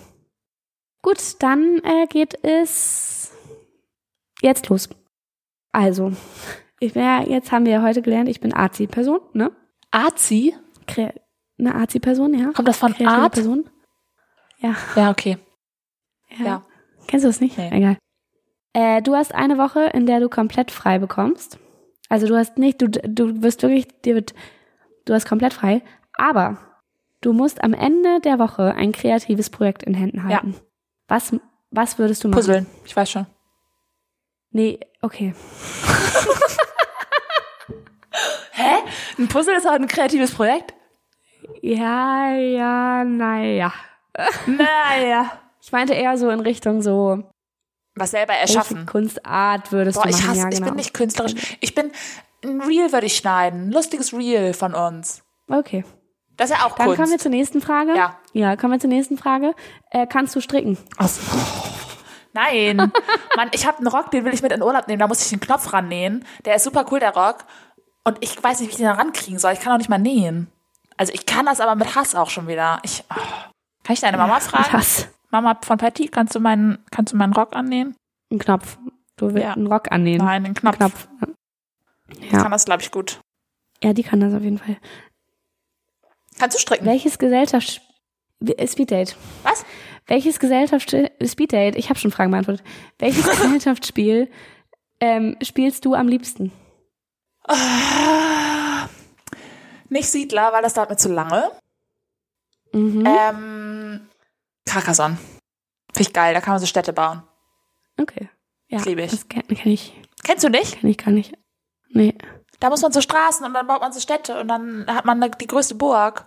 Speaker 2: Gut, dann äh, geht es jetzt los. Also, ich bin ja, jetzt haben wir ja heute gelernt, ich bin Arzi-Person, ne?
Speaker 1: Azi?
Speaker 2: Kre eine Arzi-Person, ja.
Speaker 1: Kommt das von
Speaker 2: Kreative
Speaker 1: Art?
Speaker 2: Person. Ja,
Speaker 1: Ja, okay.
Speaker 2: ja.
Speaker 1: Ja.
Speaker 2: Kennst du das nicht?
Speaker 1: Nee.
Speaker 2: Egal. Äh, du hast eine Woche, in der du komplett frei bekommst. Also du hast nicht, du, du wirst wirklich, dir wird, du hast komplett frei, aber du musst am Ende der Woche ein kreatives Projekt in Händen
Speaker 1: Ja.
Speaker 2: halten. Was, was würdest du machen?
Speaker 1: Puzzeln. Ich weiß schon.
Speaker 2: Nee, okay.
Speaker 1: Hä? Ein Puzzle ist auch ein kreatives Projekt?
Speaker 2: Ja, ja, naja.
Speaker 1: Naja.
Speaker 2: Ich meinte eher so in Richtung so
Speaker 1: Was selber
Speaker 2: welche
Speaker 1: erschaffen.
Speaker 2: Kunstart würdest
Speaker 1: Boah,
Speaker 2: du machen.
Speaker 1: ich hasse,
Speaker 2: ja,
Speaker 1: ich
Speaker 2: genau.
Speaker 1: bin nicht künstlerisch. Ich bin, ein Reel würde ich schneiden. Ein lustiges Reel von uns.
Speaker 2: Okay.
Speaker 1: Das ist ja auch
Speaker 2: Dann
Speaker 1: Kunst.
Speaker 2: kommen wir zur nächsten Frage.
Speaker 1: Ja.
Speaker 2: Ja, kommen wir zur nächsten Frage. Äh, kannst du stricken?
Speaker 1: Ach so. Nein. Mann, ich habe einen Rock, den will ich mit in Urlaub nehmen. Da muss ich den Knopf rannähen. Der ist super cool, der Rock. Und ich weiß nicht, wie ich den da rankriegen soll. Ich kann auch nicht mal nähen. Also ich kann das aber mit Hass auch schon wieder. Ich, oh. Kann ich deine Mama fragen?
Speaker 2: Was?
Speaker 1: Mama von Patty, kannst du meinen, kannst du meinen Rock annähen?
Speaker 2: Ein Knopf. Du willst
Speaker 1: Ja.
Speaker 2: einen Rock annähen.
Speaker 1: Nein, den Knopf.
Speaker 2: Knopf.
Speaker 1: Ich
Speaker 2: Ja.
Speaker 1: kann das, glaube ich, gut.
Speaker 2: ja, die kann das auf jeden Fall.
Speaker 1: Kannst du stricken?
Speaker 2: Welches Gesellschafts... Speeddate.
Speaker 1: Was?
Speaker 2: Welches Gesellschafts... Speeddate. Ich habe schon Fragen beantwortet. Welches Gesellschaftsspiel ähm, spielst du am liebsten?
Speaker 1: Ah. Nicht Siedler, weil das dauert mir zu lange.
Speaker 2: Mhm.
Speaker 1: Ähm, Carcassonne. Finde ich geil, da kann man so Städte bauen.
Speaker 2: okay. Ja,
Speaker 1: das liebe ich.
Speaker 2: das kenne kenn ich,
Speaker 1: Kennst du nicht?
Speaker 2: kenn ich gar nicht. Nee.
Speaker 1: Da muss man so Straßen und dann baut man so Städte und dann hat man die größte Burg.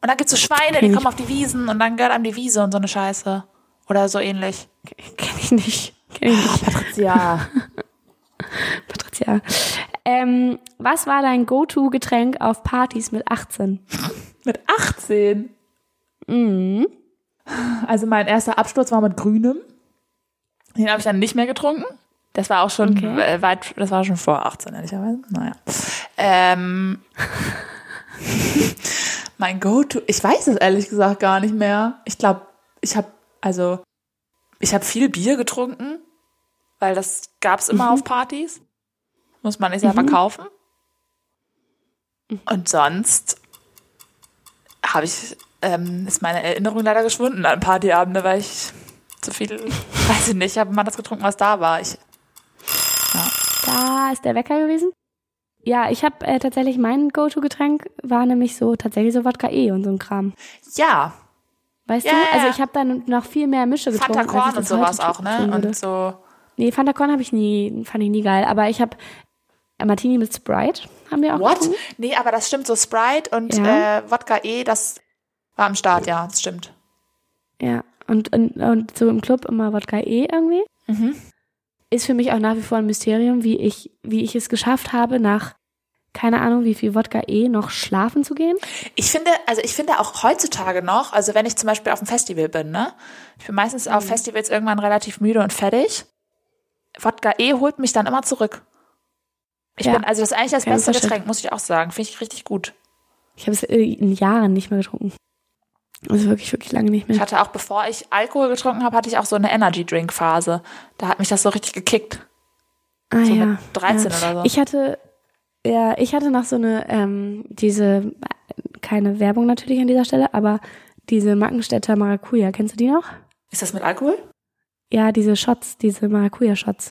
Speaker 1: Und dann gibt's so Schweine, die
Speaker 2: Kenn ich.
Speaker 1: kommen auf die Wiesen und dann gehört einem die Wiese und so eine Scheiße. Oder so ähnlich.
Speaker 2: Kenne ich nicht. Kenne ich nicht.
Speaker 1: Ja.
Speaker 2: Patricia, ja. Ähm, was war dein Go-To-Getränk auf Partys mit 18?
Speaker 1: Mit 18.
Speaker 2: Mhm.
Speaker 1: Also mein erster Absturz war mit Grünem. Den habe ich dann nicht mehr getrunken. Das war auch schon äh, weit, das war schon vor 18, ehrlicherweise. Naja. Ähm, mein Go-To, ich weiß es ehrlich gesagt gar nicht mehr. Ich glaube, ich habe, also, ich habe viel Bier getrunken, weil das gab es immer auf Partys. Muss man nicht selber kaufen. Und sonst habe ich, ähm, ist meine Erinnerung leider geschwunden an Partyabende, weil ich zu viel, weiß ich nicht, ich habe immer das getrunken, was da war. Ich,
Speaker 2: Da ist der Wecker gewesen. Ja, ich habe äh, tatsächlich mein Go-To-Getränk war nämlich so tatsächlich so Wodka E und so ein Kram.
Speaker 1: ja,
Speaker 2: Weißt
Speaker 1: Ja,
Speaker 2: du?
Speaker 1: ja,
Speaker 2: Also
Speaker 1: ja.
Speaker 2: ich habe dann noch viel mehr Mische Also getrunken.
Speaker 1: Fanta
Speaker 2: als ich
Speaker 1: Korn und
Speaker 2: das heute
Speaker 1: sowas auch, ne?
Speaker 2: tun würde.
Speaker 1: Und so.
Speaker 2: Nee, Fanta Korn habe ich nie, fand ich nie geil. Aber ich habe Martini mit Sprite haben wir auch
Speaker 1: What?
Speaker 2: getrunken.
Speaker 1: Oh. Nee, aber das stimmt, so Sprite und
Speaker 2: Ja.
Speaker 1: äh, Wodka E, das war am Start, ja, das stimmt.
Speaker 2: Ja, und, und, und so im Club immer Wodka E irgendwie.
Speaker 1: Mhm.
Speaker 2: Ist für mich auch nach wie vor ein Mysterium, wie ich, wie ich es geschafft habe, nach keine Ahnung wie viel Wodka E noch schlafen zu gehen.
Speaker 1: Ich finde, also ich finde auch heutzutage noch, also wenn ich zum Beispiel auf dem Festival bin, ne? Ich bin meistens
Speaker 2: Mhm.
Speaker 1: auf Festivals irgendwann relativ müde und fertig. Wodka E holt mich dann immer zurück. Ich
Speaker 2: Ja.
Speaker 1: bin, also das ist eigentlich das
Speaker 2: Ja, das
Speaker 1: beste
Speaker 2: ist schön.
Speaker 1: Getränk, muss ich auch sagen. Finde ich richtig gut.
Speaker 2: Ich habe es in Jahren nicht mehr getrunken. Also wirklich, wirklich lange nicht
Speaker 1: Ich
Speaker 2: mehr.
Speaker 1: hatte auch, bevor ich Alkohol getrunken habe, hatte ich auch so eine Energy-Drink-Phase. Da hat mich das so richtig gekickt.
Speaker 2: Ah,
Speaker 1: so mit 13 oder so.
Speaker 2: Ich hatte, ja, ich hatte noch so eine, ähm, diese, keine Werbung natürlich an dieser Stelle, aber diese Mackenstädter Maracuja, kennst du die noch?
Speaker 1: Ist das mit Alkohol?
Speaker 2: Ja, diese Shots, diese Maracuja-Shots.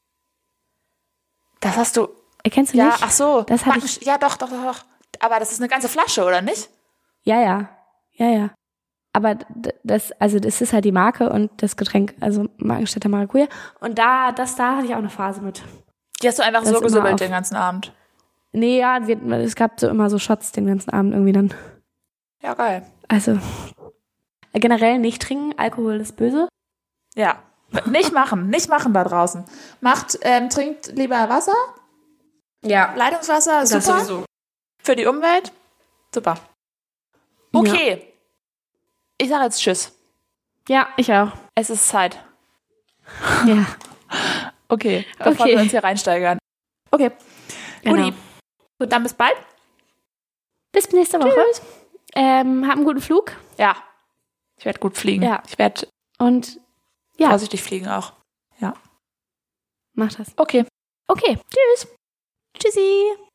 Speaker 1: Das hast du
Speaker 2: Erkennst du
Speaker 1: Ja,
Speaker 2: nicht?
Speaker 1: ach so.
Speaker 2: Das hatte
Speaker 1: Backen-
Speaker 2: ich-
Speaker 1: Ja, doch, doch, doch, doch. Aber das ist eine ganze Flasche, oder nicht?
Speaker 2: Ja, ja. Ja, ja. Aber d- das, also das ist halt die Marke und das Getränk, also Markenstädter Maracuja. Und da, das, da hatte ich auch eine Phase mit.
Speaker 1: Die hast du einfach
Speaker 2: Das
Speaker 1: so
Speaker 2: immer auf-
Speaker 1: gesubbelt den ganzen Abend.
Speaker 2: Nee, ja, wir, es gab so immer so Shots den ganzen Abend irgendwie dann.
Speaker 1: Ja, geil.
Speaker 2: Also generell nicht trinken, Alkohol ist böse.
Speaker 1: Ja. Nicht machen, nicht machen da draußen. Macht, ähm, trinkt lieber Wasser.
Speaker 2: Ja,
Speaker 1: Leitungswasser, super. Für die Umwelt, super. Okay. Ich sage jetzt Tschüss.
Speaker 2: Ja, ich auch. Hm.
Speaker 1: Es ist Zeit.
Speaker 2: Ja,
Speaker 1: Okay. Bevor
Speaker 2: Okay.
Speaker 1: wir uns hier reinsteigern. Okay.
Speaker 2: genau.
Speaker 1: Guti. Gut, dann bis bald.
Speaker 2: Bis nächste Woche. Ähm, hab einen guten Flug
Speaker 1: Ja. Ich werde gut fliegen.
Speaker 2: Ja.
Speaker 1: Ich werde
Speaker 2: und Ja.
Speaker 1: vorsichtig fliegen auch.
Speaker 2: mach das.
Speaker 1: Okay.
Speaker 2: Okay, tschüss. Tschüssi.